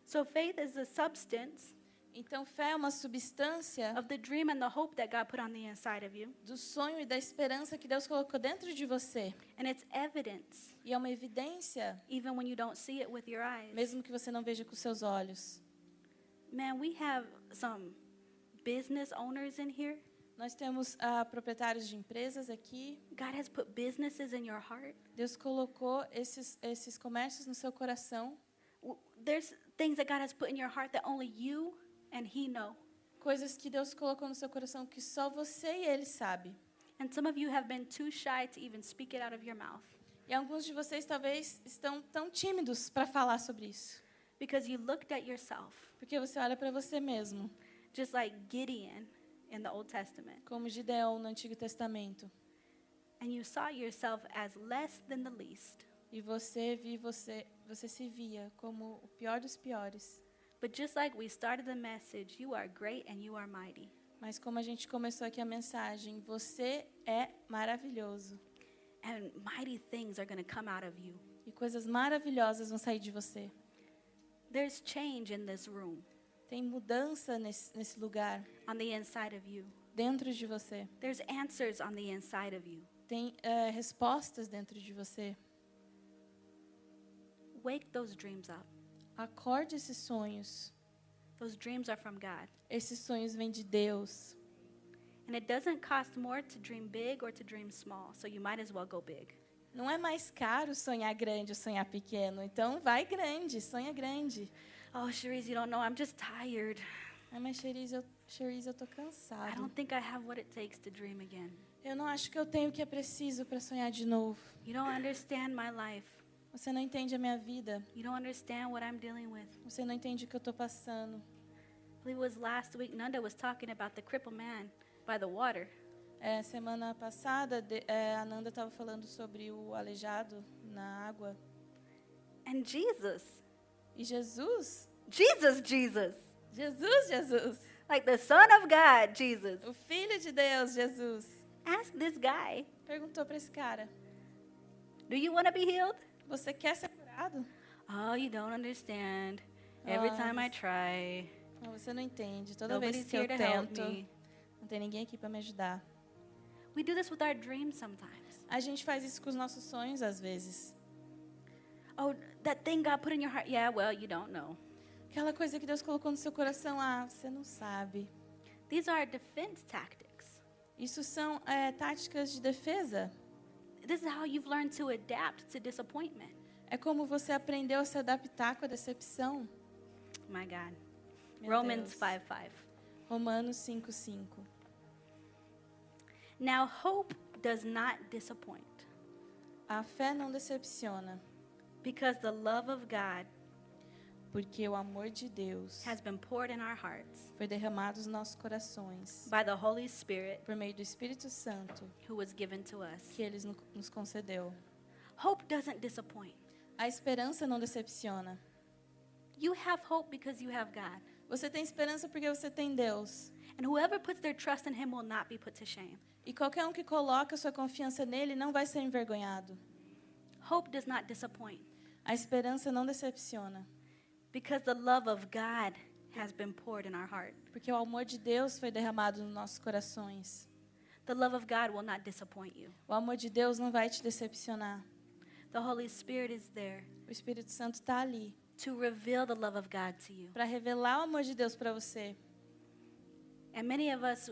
So faith is the substance Então, fé é uma substância of the dream and the hope that God put on the inside of you, do sonho e da esperança que Deus colocou dentro de você. and it's evidence E é uma evidência, even when you don't see it with your eyes. mesmo que você não veja com seus olhos. Man, we have some business owners in here. Nós temos ah, proprietários de empresas aqui. God has put businesses in your heart. Deus colocou esses, esses comércios no seu coração. W- There's things that God has put in your heart that only you and He know. Coisas que Deus colocou no seu coração que só você e Ele sabe. And some of you have been too shy to even speak it out of your mouth E alguns de vocês talvez estão tão tímidos para falar sobre isso, because you looked at yourself, porque você olha para você mesmo, just like Gideon in the Old Testament, como Gideão no Antigo Testamento, and you saw yourself as less than the least. e você vi você, você se via como o pior dos piores. But just like we started the message, you are great and you are mighty. Mas como a gente começou aqui a mensagem, você é maravilhoso. And mighty things are going to come out of you. E coisas maravilhosas vão sair de você. There's change in this room, Tem mudança nesse, nesse lugar, on the inside of you. dentro de você. There's answers on the inside of you. Tem eh, respostas dentro de você. Wake those dreams up. Acorde esses sonhos. Those dreams are from God. Esses sonhos vêm de Deus. And it doesn't cost more to dream big or to dream small, so you might as well go big. Não é mais caro sonhar grande ou sonhar pequeno. Então, vai grande, sonha grande. Oh, Cherise, you don't know. I'm just tired. Ai, mas Cherise, eu, Cherise, eu tô I cansada. don't think I have what it takes to dream again. Eu não acho que eu tenho o que é preciso para sonhar de novo. You don't understand my life. Você não entende a minha vida. You don't understand what I'm dealing with. Você não entende o que eu tô passando. I believe it was last week, Nanda was talking about the crippled man by the water. É, semana passada, de, é, a Nanda estava falando sobre o aleijado na água. And Jesus, E Jesus, Jesus, Jesus, Jesus, Jesus, like the Son of God, Jesus, o Filho de Deus, Jesus, asked this guy, perguntou para esse cara: Do you want to be healed? Você quer ser curado? Oh, you don't understand. Every Ah, time I try, Não, você não entende. Toda vez nobody's que here eu to help tento, me. não tem ninguém aqui para me ajudar. We do this with our dreams sometimes. A gente faz isso com os nossos sonhos às vezes. Oh, that thing God put in your heart. Yeah, well, you don't know. Aquela coisa que Deus colocou no seu coração, ah, você não sabe. These are defense tactics. Isso são é, táticas de defesa. This is how you've learned to adapt to disappointment. É como você aprendeu a se adaptar com a decepção. My God. Meu Romans Deus. 5 5. Romanos 5:5. Now, hope does not disappoint A fé não decepciona, because the love of God porque o amor de Deus has been poured in our hearts foi derramado nos nossos corações by the Holy Spirit por meio do Espírito Santo who was given to us. que ele no- nos concedeu. Hope doesn't disappoint. A esperança não decepciona. You have hope because you have God. Você tem esperança porque você tem Deus. And whoever puts their trust in Him will not be put to shame. E qualquer um que coloca sua confiança nele não vai ser envergonhado. Hope does not disappoint A esperança não decepciona, because the love of God has been poured in our heart. porque o amor de Deus foi derramado nos nossos corações. The love of God will not disappoint you. O amor de Deus não vai te decepcionar. The Holy Spirit is there O Espírito Santo está ali to reveal the love of God to you. para revelar o amor de Deus para você. And many of us,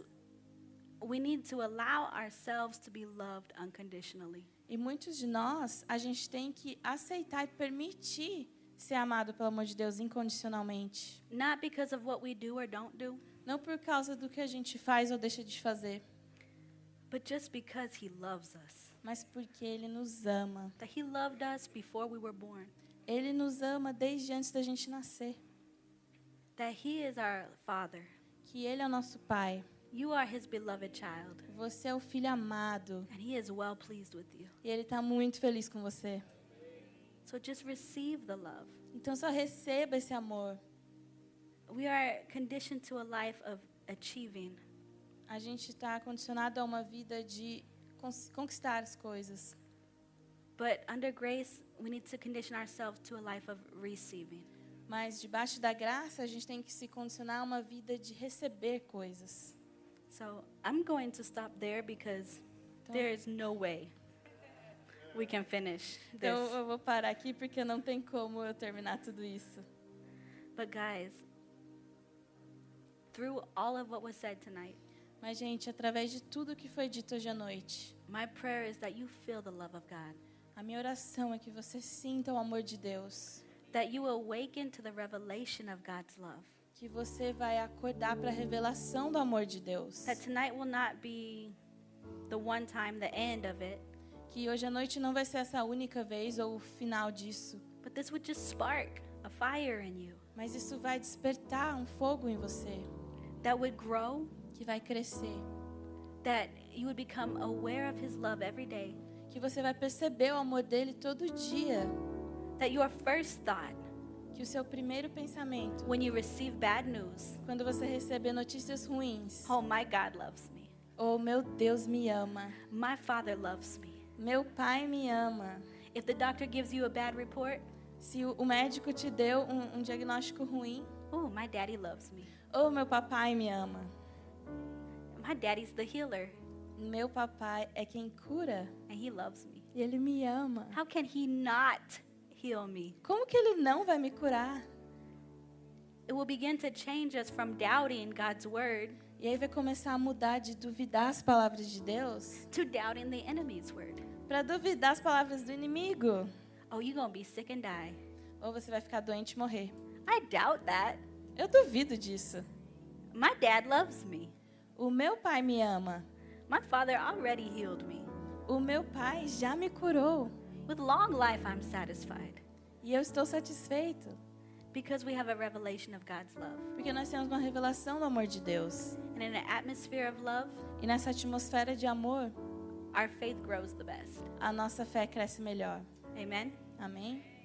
we need to allow ourselves to be loved unconditionally. E muitos de nós, a gente tem que aceitar e permitir ser amado pelo amor de Deus incondicionalmente. Not because of what we do or don't do, Não por causa do que a gente faz ou deixa de fazer, but just because He loves us. mas porque Ele nos ama. That He loved us before we were born. Ele nos ama desde antes da gente nascer. That He is our Father. Que Ele é o nosso Pai. You are His beloved child, Você é o filho amado. and He is well pleased with you. E Ele está muito feliz com você. So just receive the love. Então só receba esse amor. We are conditioned to a life of achieving, A gente está condicionado a uma vida de cons- conquistar as coisas. but under grace, we need to condition ourselves to a life of receiving. Mas debaixo da graça, a gente tem que se condicionar a uma vida de receber coisas. So I'm going to stop there because Então, there is no way we can finish então this. eu vou parar aqui porque não tem como eu terminar tudo isso. But guys, through all of what was said tonight, Mas, gente, através de tudo que foi dito hoje à noite, my prayer is that you feel the love of God, a minha oração é que você sinta o amor de Deus. that you awaken to the revelation of God's love. Que você vai acordar para a revelação do amor de Deus. That tonight will not be the one time, the end of it, Que hoje à noite não vai ser essa única vez ou o final disso. but this would just spark a fire in you Mas isso vai despertar um fogo em você that would grow, que vai crescer. that you would become aware of His love every day, Que você vai perceber o amor dele todo dia. that your first thought que o seu primeiro pensamento, when you receive bad news, quando você receber notícias ruins, oh, my God loves me. ou meu Deus me ama, My Father loves me. meu pai me ama, If the doctor gives you a bad report, se o o médico te deu um, um diagnóstico ruim, oh, my daddy loves me. ou meu papai me ama, My daddy's the healer, meu papai é quem cura and he loves me. e ele me ama. How can he not heal me? Como que ele não vai me curar? It will begin to change us from doubting God's word E aí vai começar a mudar de duvidar as palavras de Deus to doubting the enemy's word. para duvidar as palavras do inimigo. Oh, you're going to be sick and die. Ou você vai ficar doente e morrer. I doubt that. Eu duvido disso. My dad loves me. O meu pai me ama. My father already healed me. O meu pai já me curou. With long life, I'm satisfied E eu estou satisfeito. because we have a revelation of God's love. Porque nós temos uma revelação do amor de Deus. And in an atmosphere of love, E nessa atmosfera de amor, our faith grows the best. a nossa fé cresce melhor. Amen. Amém?